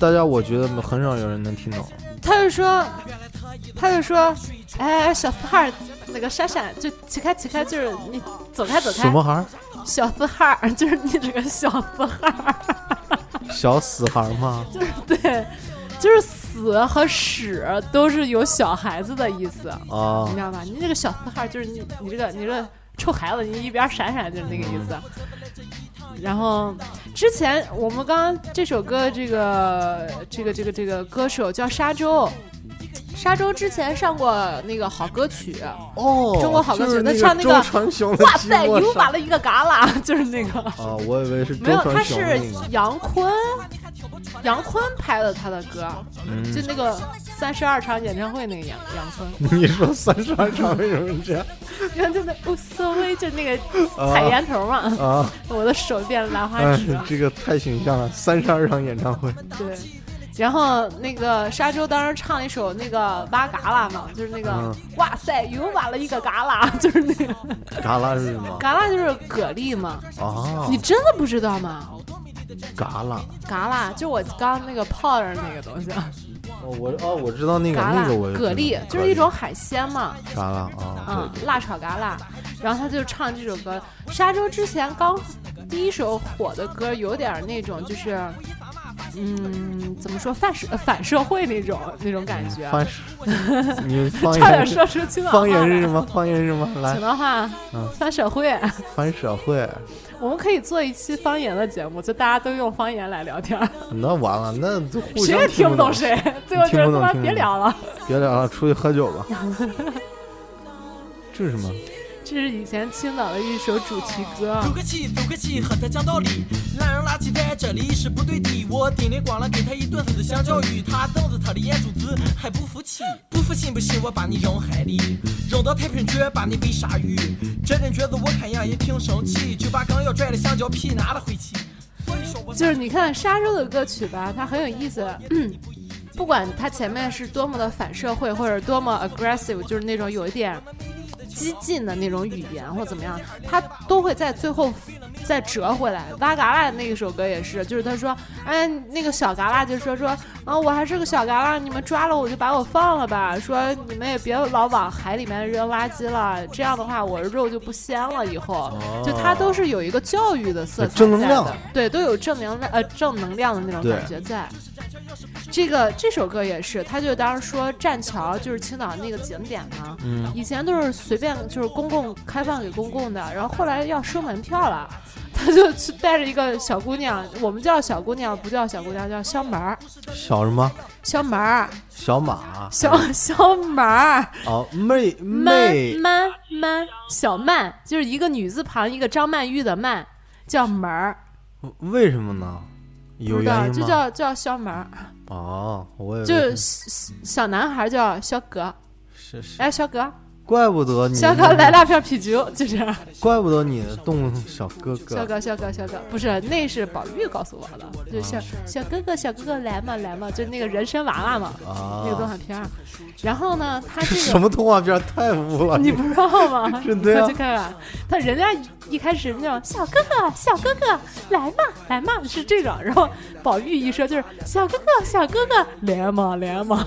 [SPEAKER 1] 大家我觉得很少有人能听懂。
[SPEAKER 2] 他就说，他就说，哎，小四儿，那个闪闪，就起开起开，就是你走开走开。
[SPEAKER 1] 什么孩儿？
[SPEAKER 2] 小四哈儿， *laughs* 就是你这个小四哈儿，
[SPEAKER 1] 小死孩儿吗？
[SPEAKER 2] 对，就是死和屎都是有小孩子的意思，
[SPEAKER 1] 啊
[SPEAKER 2] 你知，道吧？你这个小四哈儿就是你你这个你这个臭孩子，你一边闪闪就是那个意思。然后之前我们刚刚这首歌这个这个这个这个歌手叫沙洲。沙洲之前上过那个好歌曲，
[SPEAKER 1] 哦，
[SPEAKER 2] 中国好歌
[SPEAKER 1] 就是
[SPEAKER 2] 曲，他
[SPEAKER 1] 那
[SPEAKER 2] 唱那
[SPEAKER 1] 周
[SPEAKER 2] 个
[SPEAKER 1] 传雄的
[SPEAKER 2] 哇
[SPEAKER 1] 鸡
[SPEAKER 2] 塞，
[SPEAKER 1] 窝
[SPEAKER 2] 牛
[SPEAKER 1] 上
[SPEAKER 2] 把了一个旮旯，就是那个。
[SPEAKER 1] 啊，我以为是周
[SPEAKER 2] 没有，他
[SPEAKER 1] 传雄
[SPEAKER 2] 是
[SPEAKER 1] 那个。
[SPEAKER 2] 杨坤，杨坤拍的他的歌，
[SPEAKER 1] 嗯
[SPEAKER 2] 就那个三十二场演唱会那个杨杨
[SPEAKER 1] *laughs*
[SPEAKER 2] 坤，
[SPEAKER 1] 你说三十二场为什么这样
[SPEAKER 2] 然后就那无所谓，就那个
[SPEAKER 1] *laughs*
[SPEAKER 2] 踩烟头嘛，
[SPEAKER 1] 啊？
[SPEAKER 2] *laughs* 我的手变兰花
[SPEAKER 1] 哎
[SPEAKER 2] 指，，
[SPEAKER 1] 这个太形象了，三十二场演唱
[SPEAKER 2] *laughs*
[SPEAKER 1] 会，
[SPEAKER 2] 对。然后那个沙洲当时唱一首那个挖旮旯嘛，就是那个、
[SPEAKER 1] 嗯
[SPEAKER 2] 哇塞，又挖了一个旮旯， *laughs* 就是那个
[SPEAKER 1] 嘎啦是什么？
[SPEAKER 2] 旮旯就是蛤蜊嘛，
[SPEAKER 1] 啊
[SPEAKER 2] 你，真的不知道吗？
[SPEAKER 1] 嘎啦，
[SPEAKER 2] 旮旯就我刚刚那个泡着那个东西，
[SPEAKER 1] 哦我哦我知道那个
[SPEAKER 2] 旮
[SPEAKER 1] 那
[SPEAKER 2] 旯
[SPEAKER 1] 个我也知道
[SPEAKER 2] 蛤蜊就是一种海鲜嘛，
[SPEAKER 1] 嘎啦啊，
[SPEAKER 2] 嗯，辣炒嘎啦，然后他就唱这首歌。沙洲之前刚第一首火的歌，有点儿那种就是，嗯，怎么说反社呃反社会那种那种感觉。啊 *laughs*
[SPEAKER 1] 方式，你方
[SPEAKER 2] 差点
[SPEAKER 1] 言
[SPEAKER 2] 说啊出青岛话
[SPEAKER 1] 方言是什
[SPEAKER 2] 来？
[SPEAKER 1] 么？方言是什么？
[SPEAKER 2] 青
[SPEAKER 1] 来，
[SPEAKER 2] 岛话，
[SPEAKER 1] 嗯
[SPEAKER 2] 反社会。
[SPEAKER 1] 反社会，
[SPEAKER 2] 我们可以做一期方言的节目，就大家都用方言来聊天儿，
[SPEAKER 1] 那完了，那都互
[SPEAKER 2] 谁
[SPEAKER 1] 相
[SPEAKER 2] 也听
[SPEAKER 1] 不
[SPEAKER 2] 不懂谁，
[SPEAKER 1] *laughs*
[SPEAKER 2] 最后就
[SPEAKER 1] 听
[SPEAKER 2] 是
[SPEAKER 1] 不
[SPEAKER 2] 他
[SPEAKER 1] 懂
[SPEAKER 2] 妈
[SPEAKER 1] 听不
[SPEAKER 2] 别
[SPEAKER 1] 懂
[SPEAKER 2] 聊了。
[SPEAKER 1] 别聊了，出去喝酒
[SPEAKER 2] *laughs*
[SPEAKER 1] 吧。这是什么？
[SPEAKER 2] 这是以前青岛的一首主题歌。
[SPEAKER 8] 赌个气，赌个气，和他讲道理。烂人垃圾在这里是不对的，我叮铃咣啷给他一顿思想教育，他瞪着他的眼珠子还不服气，不服信不信我把你扔海里，扔到太平圈把你喂鲨鱼。这人觉得我看样也挺生气，就把刚要拽的香蕉皮拿了回去。所以说我
[SPEAKER 2] 就是你看沙洲的歌曲吧，它很有意思。不管它前面是多么的反社会，或者多么 aggressive，就是那种有一点激进的那种语言或怎么样，它都会在最后再折回来。拉嘎啦那一首歌也是，就是他说，哎，那个小嘎啦就说说，啊，我还是个小嘎啦，你们抓了我就把我放了吧，说你们也别老往海里面扔垃圾了，这样的话我肉就不鲜了。以后，就它都是有一个教育的色彩，
[SPEAKER 1] 正能量，
[SPEAKER 2] 对，都有正能量呃正能量的那种感觉在。这个这首歌也是，他就当时说栈桥就是青岛那个景点嘛，
[SPEAKER 1] 嗯
[SPEAKER 2] 以前都是随便就是公共开放给公共的，然后后来要收门票了，他就去带着一个小姑娘，我们叫小姑娘不叫小姑娘，叫小门儿，
[SPEAKER 1] 小什么
[SPEAKER 2] 小门儿，
[SPEAKER 1] 小马
[SPEAKER 2] 小小门儿，
[SPEAKER 1] 哦妹
[SPEAKER 2] 曼
[SPEAKER 1] 嗯妹
[SPEAKER 2] 曼曼，小曼就是一个女字旁一个张曼玉的曼，叫门儿，
[SPEAKER 1] 为什么呢？
[SPEAKER 2] 不
[SPEAKER 1] 有
[SPEAKER 2] 知道
[SPEAKER 1] 原因
[SPEAKER 2] 就
[SPEAKER 1] 吗？
[SPEAKER 2] 叫叫小门儿，
[SPEAKER 1] 哦，我也
[SPEAKER 2] 就是小小男孩叫哎小葛，
[SPEAKER 1] 是是，
[SPEAKER 2] 来小葛。
[SPEAKER 1] 怪不得你
[SPEAKER 2] 小哥来大瓶啤酒，就这样。
[SPEAKER 1] 怪不得你动物小哥
[SPEAKER 2] 小
[SPEAKER 1] 哥
[SPEAKER 2] 哥，小哥，小哥，不是，那是宝玉告诉我的，就小小哥哥，小哥哥来嘛，来嘛，就是那个人参娃娃嘛，
[SPEAKER 1] 啊
[SPEAKER 2] 那个动画片儿。然后呢，
[SPEAKER 1] *laughs*
[SPEAKER 2] 他
[SPEAKER 1] 这
[SPEAKER 2] 这
[SPEAKER 1] 什
[SPEAKER 2] 个
[SPEAKER 1] 么动画片太污了！
[SPEAKER 2] 你不知道
[SPEAKER 1] *laughs*
[SPEAKER 2] 吗？
[SPEAKER 1] 是对啊
[SPEAKER 2] 你快去看看，他人家一开始那种小哥哥，小哥哥来嘛，来嘛，是这种。然后宝玉一说就是小哥哥，小哥哥来嘛，来嘛。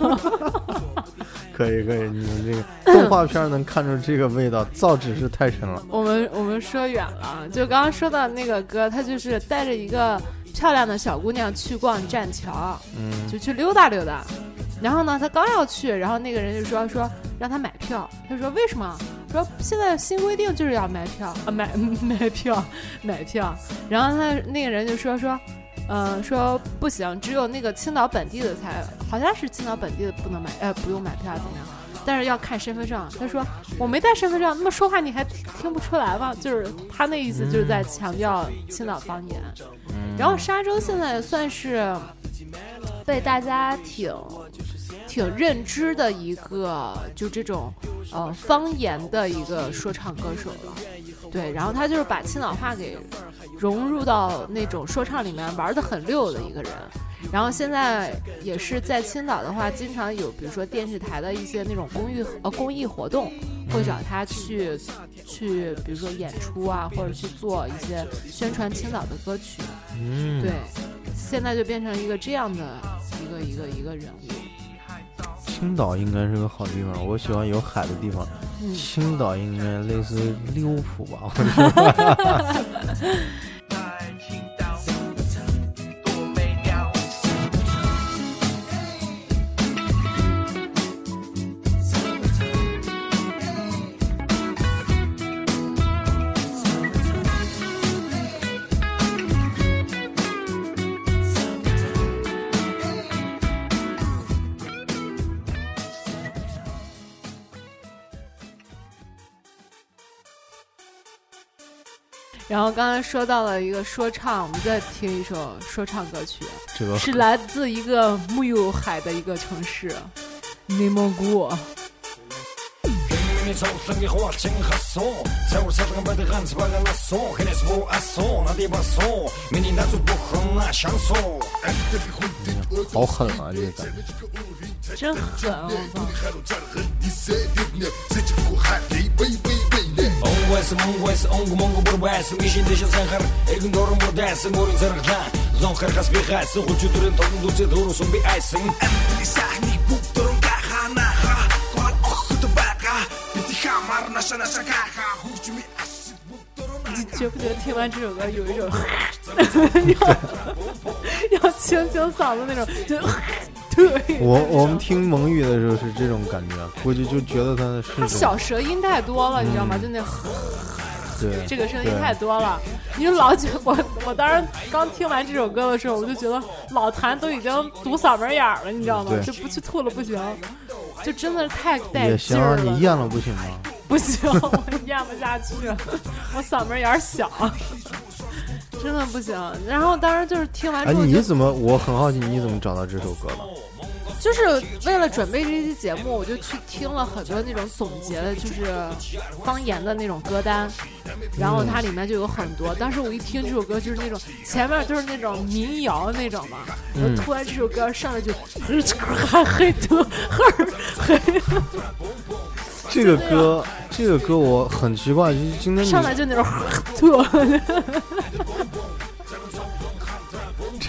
[SPEAKER 1] 可以可以，你们
[SPEAKER 2] *laughs*
[SPEAKER 1] 这个动画片能看出这个味道，造纸是太深了。
[SPEAKER 2] 我们我们说远了，啊就刚刚说到那个歌，他就是带着一个漂亮的小姑娘去逛栈桥，
[SPEAKER 1] 嗯，
[SPEAKER 2] 就去溜达溜达。然后呢，他刚要去，然后那个人就说说让他买票，他说为什么？说现在新规定就是要买票啊，买 *laughs* 买票买票。然后他那个人就说说，呃，说不行，只有那个青岛本地的才，好像是青岛本地的不能买，呃，不用买票怎么样？但是要看身份证。他说我没带身份证，那么说话你还听听不出来吗？就是他那意思就是在强调青岛方言。然后沙洲现在算是被大家挺挺认知的一个，就这种呃方言的一个说唱歌手了。对，然后他就是把青岛话给融入到那种说唱里面，玩的很溜的一个人。然后现在也是在青岛的话，经常有比如说电视台的一些那种公益呃公益活动，会找他去去比如说演出啊，或者去做一些宣传青岛的歌曲。
[SPEAKER 1] 嗯，
[SPEAKER 2] 对，现在就变成一个这样的一个一个一个人物。
[SPEAKER 1] 青岛应该是个好地方，我喜欢有海的地方。
[SPEAKER 2] 嗯，
[SPEAKER 1] 青岛应该类似利物浦吧？ *laughs* 我
[SPEAKER 8] 在青岛多美妙。
[SPEAKER 2] 然后刚才说到了一个说唱，我们再听一首说唱歌曲，
[SPEAKER 1] 这个
[SPEAKER 2] 是来自一个木有海的一个城市，内蒙古。
[SPEAKER 10] 你早上的花情和松，在我身上买的汗子把个拉松，黑的是不阿松，那地方松，明天那就不哼啊那香松。
[SPEAKER 1] 好狠啊！这个
[SPEAKER 2] 真狠！我 *laughs* 操，
[SPEAKER 10] Always always on go mongo bu bas, mission de sen har, egin dorun bu des, morun zerglan. Zon har has bi has, hul jutun tokun du se dorun sun bi icing.
[SPEAKER 2] 你觉不觉得听完这首歌有 *laughs* 一种要要清清嗓子那种？就 *laughs* 对，
[SPEAKER 1] 我我们听蒙语的时候是这种感觉，估计就觉得它
[SPEAKER 2] 他
[SPEAKER 1] 是
[SPEAKER 2] 小
[SPEAKER 1] 种
[SPEAKER 2] 舌音太多了，你知道
[SPEAKER 1] 嗯
[SPEAKER 2] 吗？就那
[SPEAKER 1] 对
[SPEAKER 2] 这个声音
[SPEAKER 1] 对
[SPEAKER 2] 太多了，你就老觉 *laughs* 我我当时刚听完这首歌的时候，我就觉得老谭都已经堵嗓门眼儿了，你知道吗？
[SPEAKER 1] 对
[SPEAKER 2] 就不去吐了不行，就真的是太带
[SPEAKER 1] 也行啊
[SPEAKER 2] 劲儿，
[SPEAKER 1] 你
[SPEAKER 2] 了，
[SPEAKER 1] 咽了不行吗？
[SPEAKER 2] *laughs*
[SPEAKER 1] 哎
[SPEAKER 2] 不行，我咽不下去， *laughs* 我嗓门眼儿小， *laughs* 真的不行。然后当时就是听完
[SPEAKER 1] 哎，
[SPEAKER 2] 之后
[SPEAKER 1] 你
[SPEAKER 2] 就
[SPEAKER 1] 怎么？我很好奇，你怎么找到这首歌的？
[SPEAKER 2] 就是为了准备这期节目，我就去听了很多那种总结的，就是方言的那种歌单，然后它里面就有很多。当时我一听这首歌，就是那种前面都是那种民谣那种嘛，然后
[SPEAKER 6] 嗯
[SPEAKER 2] 突然这首歌上来就， *laughs* 还黑的， *laughs* 嘿嘿，
[SPEAKER 1] 这个歌，这个歌我很奇怪，就是今天你
[SPEAKER 2] 上来就那种 *laughs* 呵的。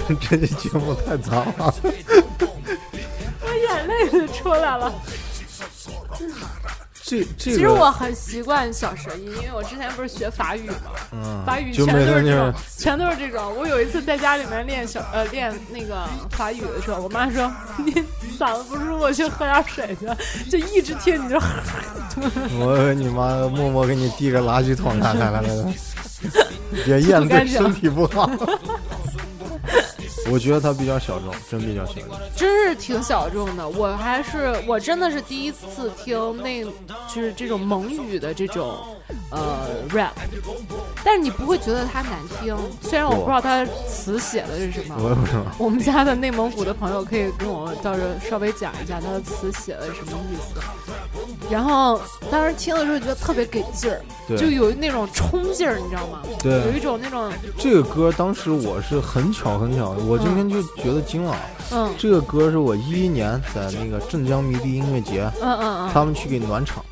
[SPEAKER 1] 这这期节目太杂了。
[SPEAKER 2] 我眼泪都出来了。
[SPEAKER 1] 这这
[SPEAKER 2] 其实
[SPEAKER 1] 个
[SPEAKER 2] 我很习惯小舌音，因为我之前不是学法语嘛，
[SPEAKER 1] 嗯
[SPEAKER 2] 法语
[SPEAKER 1] 就
[SPEAKER 2] 全
[SPEAKER 1] 每
[SPEAKER 2] 都
[SPEAKER 1] 次
[SPEAKER 2] 是
[SPEAKER 1] 那
[SPEAKER 2] 这种
[SPEAKER 1] 种，
[SPEAKER 2] 全都是这种。我有一次在家里面练小呃练那个法语的时候，我妈说你嗓子不舒服，我去喝点水去，就一直听你这
[SPEAKER 1] 我以为你妈默默给你递个垃圾桶，来来来来来，
[SPEAKER 2] *laughs*
[SPEAKER 1] 别咽
[SPEAKER 2] 不干
[SPEAKER 1] 对
[SPEAKER 2] 净
[SPEAKER 1] 身体不好。 *laughs* 我觉得它比较小众，真比较小众。
[SPEAKER 2] *laughs* 真是挺小众的。我还是我真的是第一次听那，就是这种蒙语的这种呃 rap，但是你不会觉得它难听，虽然我不知道它词写的是什么。
[SPEAKER 1] 我也不知道。
[SPEAKER 2] 我们家的内蒙古的朋友可以跟我到时候稍微讲一下他的词写的是什么意思。然后当时听的时候觉得特别给劲儿，
[SPEAKER 1] 对
[SPEAKER 2] 就有那种冲劲儿，你知道吗？
[SPEAKER 1] 对
[SPEAKER 2] 有一种那种
[SPEAKER 1] 这个歌当时我是很巧很巧，我今天就觉得惊了。
[SPEAKER 2] 嗯
[SPEAKER 1] 这个歌是我一一年在那个镇江迷笛音乐节，
[SPEAKER 2] 嗯嗯嗯
[SPEAKER 1] 他们去给暖场，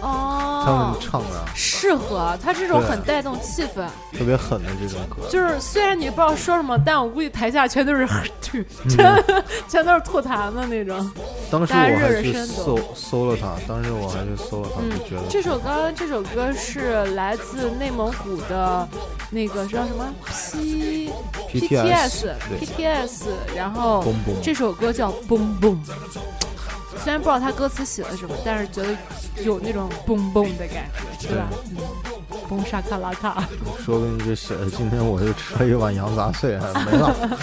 [SPEAKER 1] 他
[SPEAKER 2] 哦
[SPEAKER 1] 们，唱的
[SPEAKER 2] 适合他这种
[SPEAKER 1] 对
[SPEAKER 2] 很带动气氛。
[SPEAKER 1] 特别狠的这种歌。
[SPEAKER 2] 就是虽然你不知道说什么，但我估计台下全都是 *laughs* 吐，全
[SPEAKER 1] 嗯
[SPEAKER 2] 全都是吐痰的那种。
[SPEAKER 1] 当时
[SPEAKER 2] 大家
[SPEAKER 1] 我
[SPEAKER 2] 热
[SPEAKER 1] 还
[SPEAKER 2] 热
[SPEAKER 1] 去
[SPEAKER 2] 身抖
[SPEAKER 1] 搜搜了它，当时我还去搜了它，就觉得
[SPEAKER 2] 这首歌，这首歌是来自内蒙古的那个叫什么 P
[SPEAKER 1] PTS 对
[SPEAKER 2] PTS，然后
[SPEAKER 1] Boom Boom
[SPEAKER 2] 这首歌叫《蹦蹦》，虽然不知道它歌词写的什么，但是觉得有那种蹦蹦的感觉，对吧？嗯，蹦沙卡拉卡。
[SPEAKER 1] 说不定就写的今天我就吃了一碗羊杂碎，还没了。
[SPEAKER 2] *laughs*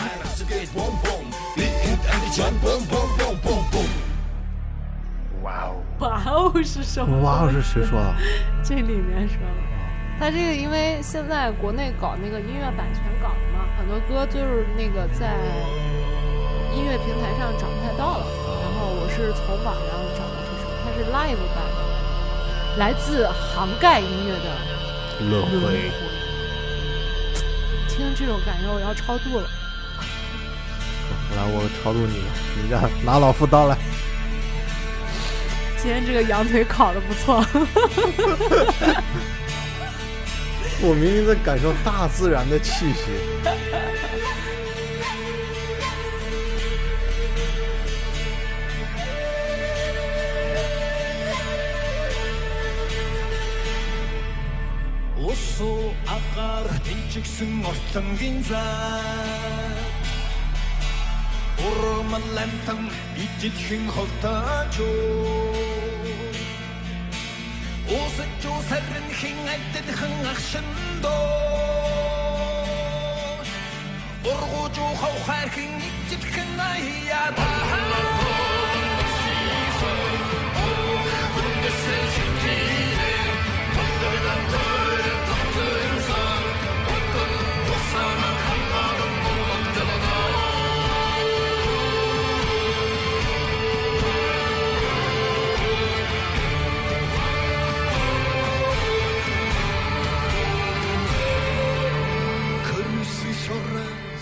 [SPEAKER 2] 哇哦是什么？
[SPEAKER 1] 哇哦，是谁说的？
[SPEAKER 2] 这里面说的。他这个因为现在国内搞那个音乐版权搞的嘛，很多歌就是那个在音乐平台上找不太到了。然后我是从网上找到这首，它是 live 版的，来自杭盖音乐的。
[SPEAKER 1] 轮回。
[SPEAKER 2] 听这种感觉，我要超度了。
[SPEAKER 1] 来，我超度你吧，你家拿老夫刀来。
[SPEAKER 2] 今天这个羊腿烤的不错。
[SPEAKER 1] 我明明在感受大自然的气息。
[SPEAKER 10] Усуу агаар дижигсэн ортлонгийн зай Урман лантан ижилхэн ховтооч Усад юу сарын хин айдхан ахшин доо Ургууч уу хав хайрхин ижилхэн аяа таа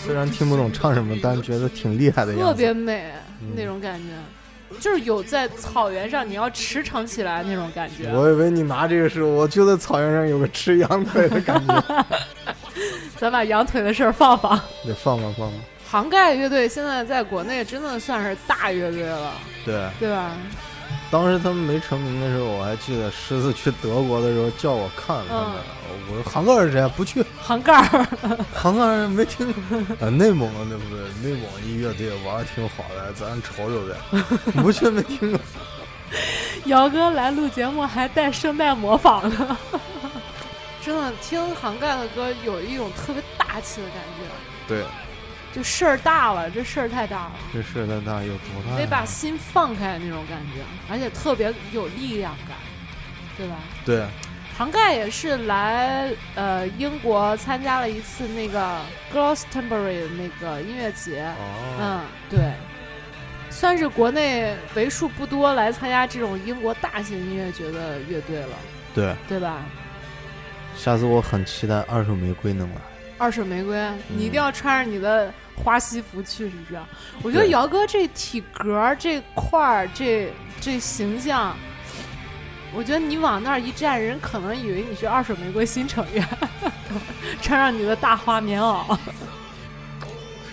[SPEAKER 1] 虽然听不懂唱什么，但是觉得挺厉害的
[SPEAKER 2] *laughs* 特
[SPEAKER 1] 样子。
[SPEAKER 2] 别美、那种感觉，就是有在草原上你要驰骋起来那种感觉。
[SPEAKER 1] 我以为你拿这个时候，我就在草原上有个吃羊腿的感觉。
[SPEAKER 2] *laughs* 咱把羊腿的事儿放放。
[SPEAKER 1] 你放吧放吧。
[SPEAKER 2] *laughs* 杭盖乐队现在在国内真的算是大乐队了，
[SPEAKER 1] 对，
[SPEAKER 2] 对吧？
[SPEAKER 1] 当时他们没成名的时候，我还记得狮子去德国的时候叫我看了他们，我说杭盖是谁？不去， *laughs*
[SPEAKER 2] 杭盖儿，
[SPEAKER 1] 杭盖儿没听 *laughs* 过。啊，内蒙啊，对不对？内蒙一乐队玩的挺好的，咱瞅瞅呗。不去没听过。 *laughs*
[SPEAKER 2] 姚哥来录节目还带声带模仿呢。 *laughs* 真的，听杭盖的歌有一种特别大气的感觉，
[SPEAKER 1] 对，
[SPEAKER 2] 就事儿大了，这事儿太大了，
[SPEAKER 1] 这事儿他那有多大呀？
[SPEAKER 2] 得把心放开那种感觉，而且特别有力量感，对吧？
[SPEAKER 1] 对，
[SPEAKER 2] 杭盖也是来呃英国参加了一次那个 Glastonbury 的那个音乐节，
[SPEAKER 1] 哦
[SPEAKER 2] 嗯，对，嗯算是国内为数不多来参加这种英国大型音乐节的乐队了，
[SPEAKER 1] 对，
[SPEAKER 2] 对吧？
[SPEAKER 1] 下次我很期待二手玫瑰能来。
[SPEAKER 2] 二手玫瑰，你一定要穿着你的花西服去，是不是？我觉得
[SPEAKER 1] 对
[SPEAKER 2] 姚哥这体格儿这块儿这这形象，我觉得你往那儿一站，人可能以为你是二手玫瑰新成员， *laughs* 穿上你的大花棉袄。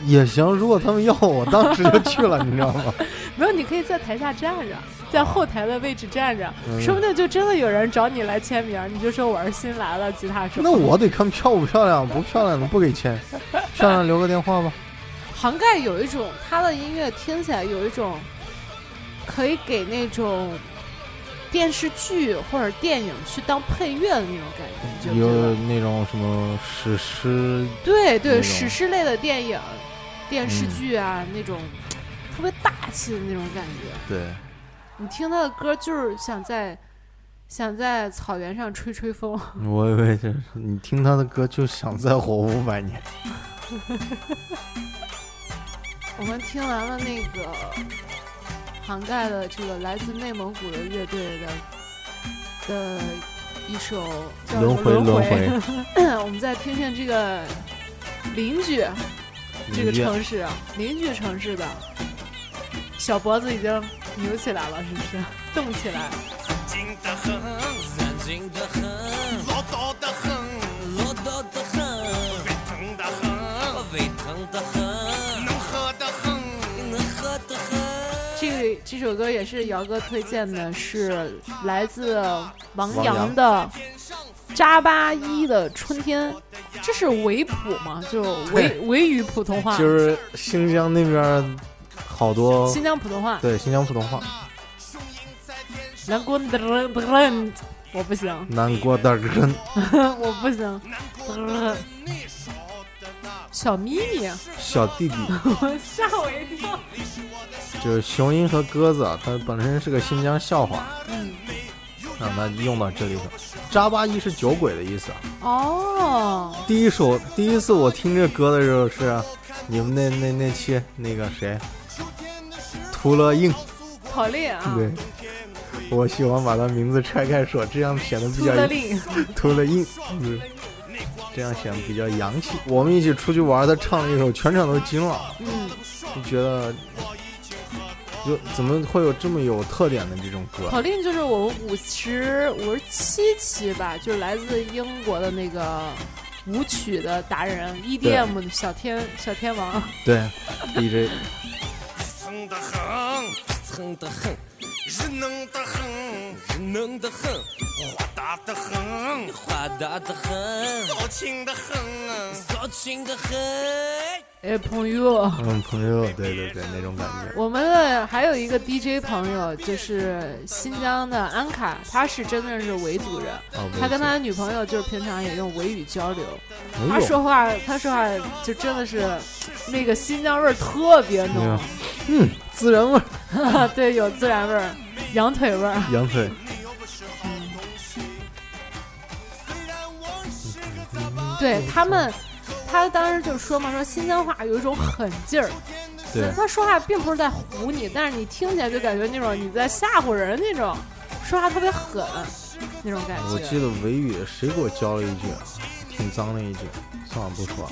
[SPEAKER 1] 也行，如果他们要我，当时就去了，你知道吗？ *laughs*
[SPEAKER 2] 没有，你可以在台下站着，在后台的位置站着，
[SPEAKER 1] 嗯
[SPEAKER 2] 说不定就真的有人找你来签名，你就说我是新来的吉他手。
[SPEAKER 1] 那我得看漂不漂亮，不漂亮的不给钱，漂亮留个电话吧。
[SPEAKER 2] 杭盖有一种他的音乐听起来有一种可以给那种电视剧或者电影去当配乐的那种感觉，你觉不觉得
[SPEAKER 1] 有那种什么史诗，
[SPEAKER 2] 对
[SPEAKER 1] 那
[SPEAKER 2] 对，
[SPEAKER 1] 种嗯
[SPEAKER 2] 史诗类的电影、电视剧啊，那种特别大气的那种感觉。
[SPEAKER 1] 对，
[SPEAKER 2] 你听他的歌就是想在想在草原上吹吹风。
[SPEAKER 1] *laughs* 我以为就是你听他的歌就想再活五百年。
[SPEAKER 2] 我们听完了那个涵盖的这个来自内蒙古的乐队的的一首叫什么
[SPEAKER 1] 轮回
[SPEAKER 2] 轮
[SPEAKER 1] 轮
[SPEAKER 2] *laughs* 我们再听听这个邻居 *laughs* 这个
[SPEAKER 1] 邻居
[SPEAKER 2] 城市啊
[SPEAKER 1] 嗯
[SPEAKER 2] 邻居城市的小脖子已经扭起来了，是不是？动起来。
[SPEAKER 11] 精得很，三精得很，唠叨得很，唠叨得很，胃疼得很，胃疼得很，能喝得很，能喝得很。
[SPEAKER 2] 这这首歌也是姚哥推荐的，是来自王
[SPEAKER 11] 王
[SPEAKER 2] 阳
[SPEAKER 11] 阳
[SPEAKER 2] 的《扎巴伊的春天》，这是维普嘛？就维
[SPEAKER 1] 对
[SPEAKER 2] 维语普通话，
[SPEAKER 1] 就是新疆那边好多
[SPEAKER 2] 新疆普通话。
[SPEAKER 1] 对新疆普通话，
[SPEAKER 2] 南国德勒，我不行， *laughs*
[SPEAKER 1] 南国大根
[SPEAKER 2] 我不行。嘚小咪咪，
[SPEAKER 1] 小弟
[SPEAKER 2] *laughs*
[SPEAKER 1] 弟，
[SPEAKER 2] 我吓我一跳。
[SPEAKER 1] 就是雄鹰和鸽子，啊，它本身是个新疆笑话，
[SPEAKER 2] 嗯，
[SPEAKER 1] 让它用到这里头。扎巴伊是酒鬼的意思啊。
[SPEAKER 2] 哦，
[SPEAKER 1] 第一首第一次我听这歌的时候是啊你们那那那期那个谁，图勒硬，
[SPEAKER 2] 讨厌啊，
[SPEAKER 1] 对，我喜欢把他名字拆开说，这样显得比
[SPEAKER 2] 苏
[SPEAKER 1] 较
[SPEAKER 2] 德令，
[SPEAKER 1] 涂了印，嗯，这样显得比较洋气。我们一起出去玩，他唱了一首，全场都惊了，
[SPEAKER 2] 嗯，
[SPEAKER 1] 就觉得，就怎么会有这么有特点的这种歌？
[SPEAKER 2] 口令就是我们五十五十七期吧，就是来自英国的那个舞曲的达人 EDM 的小天小天王，
[SPEAKER 1] 对，DJ
[SPEAKER 11] 蹭得很，蹭得很，热能得很，热能得很，豁达得很，豁达得很，骚情得很，啊骚情得很。
[SPEAKER 2] 哎朋友，
[SPEAKER 1] 嗯，朋友，对对对，那种感觉。
[SPEAKER 2] 我们的还有一个 DJ 朋友就是新疆的安卡，他是真的是维族人，
[SPEAKER 1] 哦维族
[SPEAKER 2] 他跟他的女朋友就是平常也用维语交流，
[SPEAKER 1] 哎呦
[SPEAKER 2] 他说话他说话就真的是那个新疆味儿特别浓， *laughs*
[SPEAKER 1] 嗯，孜然味儿，
[SPEAKER 2] 对，有孜然味儿，羊腿味儿。
[SPEAKER 1] 羊腿。
[SPEAKER 2] 对他们，他当时就说嘛，说新疆话有一种狠劲儿。
[SPEAKER 1] 对
[SPEAKER 2] 他说话并不是在唬你，但是你听起来就感觉那种你在吓唬人那种，说话特别狠那种感
[SPEAKER 1] 我记
[SPEAKER 2] 觉。
[SPEAKER 1] 得维语谁给我教了一句，啊挺脏的一句，算了不说了。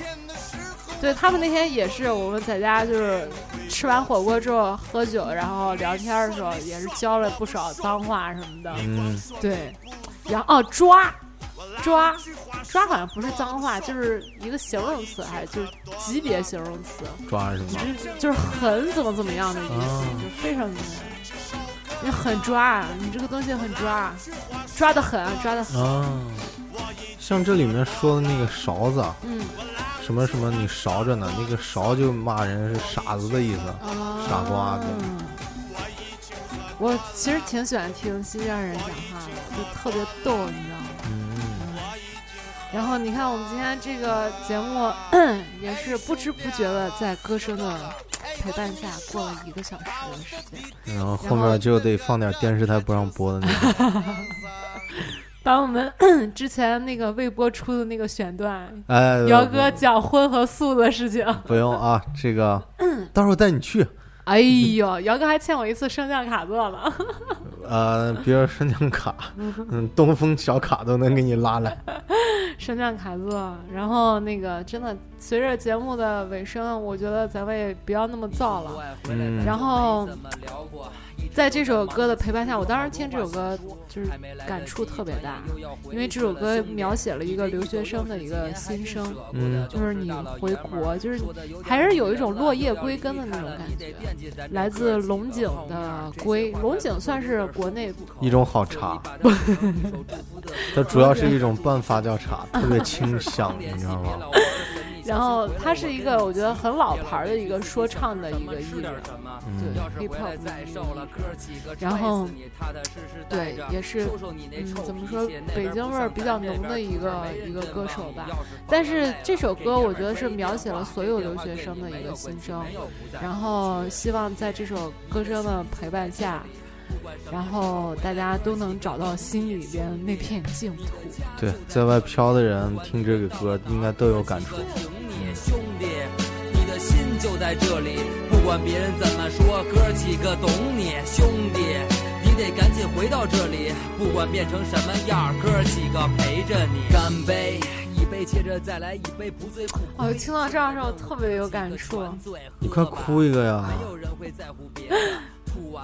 [SPEAKER 2] 对他们那天也是，我们在家就是吃完火锅之后喝酒，然后聊天的时候也是教了不少脏话什么的。
[SPEAKER 1] 嗯，
[SPEAKER 2] 对，然后哦抓。抓抓好像不是脏话，就是一个形容词，还是就是级别形容词。
[SPEAKER 1] 抓什么？
[SPEAKER 2] 就是就是很怎么怎么样的意思，
[SPEAKER 1] 啊
[SPEAKER 2] 就非常怎么样。你很抓，啊你这个东西很抓，啊抓的很，抓的很。
[SPEAKER 1] 啊，像这里面说的那个勺子啊，
[SPEAKER 2] 嗯，
[SPEAKER 1] 什么什么你勺着呢，那个勺就骂人是傻子的意思，嗯傻瓜的。
[SPEAKER 2] 哦我其实挺喜欢听新疆人讲话的，就特别逗，你知道吗？
[SPEAKER 1] 嗯
[SPEAKER 2] 然后你看，我们今天这个节目也是不知不觉的在歌声的陪伴下过了一个小时的时间。
[SPEAKER 1] 然后后面就得放点电视台不让播的那
[SPEAKER 2] *laughs*
[SPEAKER 1] 种。
[SPEAKER 2] 把我们之前那个未播出的那个选段，
[SPEAKER 1] 哎，
[SPEAKER 2] 姚哥讲荤和素的事情， *clears throat*
[SPEAKER 1] 不用啊，这个到时候带你去。
[SPEAKER 2] *laughs* 哎呦，姚哥还欠我一次升降卡座呢。
[SPEAKER 1] 呃，别说升降卡，嗯，东风小卡都能给你拉来。
[SPEAKER 2] *laughs* 升降卡座，然后那个真的，随着节目的尾声，我觉得咱们也不要那么燥了。
[SPEAKER 1] 嗯
[SPEAKER 2] 然后，在这首歌的陪伴下，我当时听这首歌就是感触特别大，因为这首歌描写了一个留学生的一个心声，
[SPEAKER 6] 嗯
[SPEAKER 2] 就是你回国，就是还是有一种落叶归根的那种感觉。来自龙井的归，龙井算是国内
[SPEAKER 1] 一种好茶，它主要是一种半发酵
[SPEAKER 2] *laughs*
[SPEAKER 1] 茶，特别清香，你知道吗？
[SPEAKER 2] 然后他是一个我觉得很老牌儿的一个说唱的一个艺人，
[SPEAKER 1] 嗯
[SPEAKER 2] 对，hiphop 然后对也是、嗯、怎么说北京味儿比较浓的一个一个歌手吧。但是这首歌我觉得是描写了所有留学生的一个心声，然后希望在这首歌声的陪伴下。然后大家都能找到心里边那片净土。
[SPEAKER 1] 对，在外漂的人听这个歌应该都有感触。
[SPEAKER 4] 你兄弟，你的心就在这里，不管别人怎么说，哥几个懂你，兄弟，你得赶紧回到这里，不管变成什么样，哥几个陪着你，干杯，一杯接着再来一杯，不醉不
[SPEAKER 2] 哦，听到这儿的时候特别有感触。啊
[SPEAKER 1] 你快哭一个啊呀！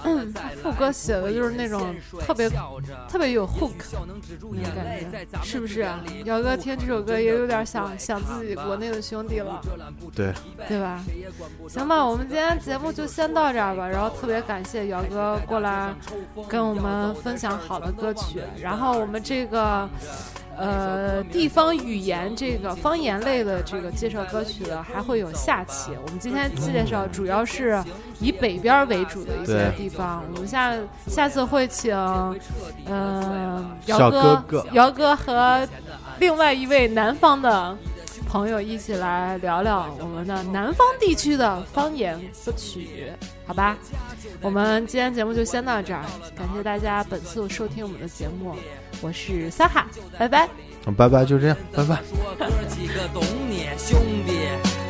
[SPEAKER 2] 嗯，他副歌写的就是那种特别
[SPEAKER 4] 啊
[SPEAKER 2] 特别有 hook 那种感觉，是不是啊、姚哥听这首歌也有点想想自己国内的兄弟了，
[SPEAKER 1] 对，
[SPEAKER 2] 对吧？行吧，我们今天节目就先到这儿吧。然后特别感谢姚哥过来跟我们分享好的歌曲，然后我们这个。呃，地方语言这个方言类的这个介绍歌曲的还会有下期。我们今天介绍主要是以北边儿为主的一些
[SPEAKER 1] 对
[SPEAKER 2] 地方。我们下下次会请，嗯，姚
[SPEAKER 1] 小
[SPEAKER 2] 哥
[SPEAKER 1] 哥哥
[SPEAKER 2] 姚哥和另外一位南方的朋友一起来聊聊我们的南方地区的方言歌曲，好吧？我们今天节目就先到这儿，感谢大家本次收听我们的节目，我是萨哈，拜拜。
[SPEAKER 1] 拜拜，就这样，拜拜。
[SPEAKER 4] 说哥几个懂你，兄弟，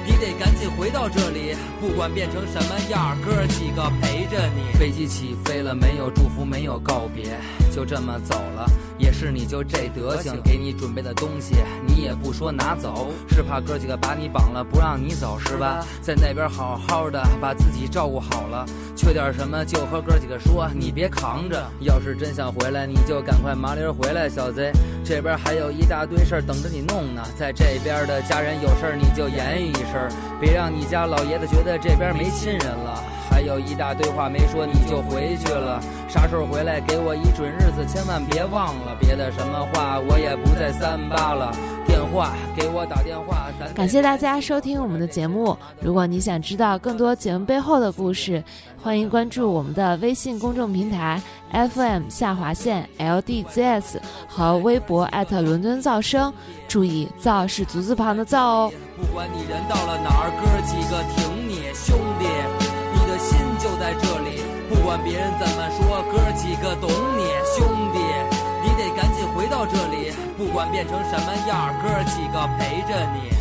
[SPEAKER 4] 你得赶紧回到这里，不管变成什么样，哥几个陪着你。飞机起飞了，没有祝福，没有告别，就这么走了。也是你就这德行，给你准备的东西，你也不说拿走，是怕哥几个把你绑了不让你走是吧？在那边好好的把自己照顾好了，缺点什么就和哥几个说，你别扛着。要是真想回来，你就赶快麻利儿回来，小子。这边还有一大堆事儿等着你弄呢，在这边的家人有事儿你就言语一声儿，别让你家老爷子觉得这边没亲人了。还有一大堆话没说，你就回去了。啥时候回来给我一准日子，千万别忘了。别的什么话我也不再三八了，电话给我打电话，咱。
[SPEAKER 12] 感谢大家收听我们的节目。如果你想知道更多节目背后的故事，欢迎关注我们的微信公众平台 FM 下划线 LDZS 和微博伦敦噪声。注意，噪是足字旁的噪哦。
[SPEAKER 4] 不管你人到了哪儿，哥几个挺你，兄弟，你的心就在这里。不管别人怎么说，哥几个懂你，兄弟，你得赶紧回到这里。不管变成什么样，哥几个陪着你。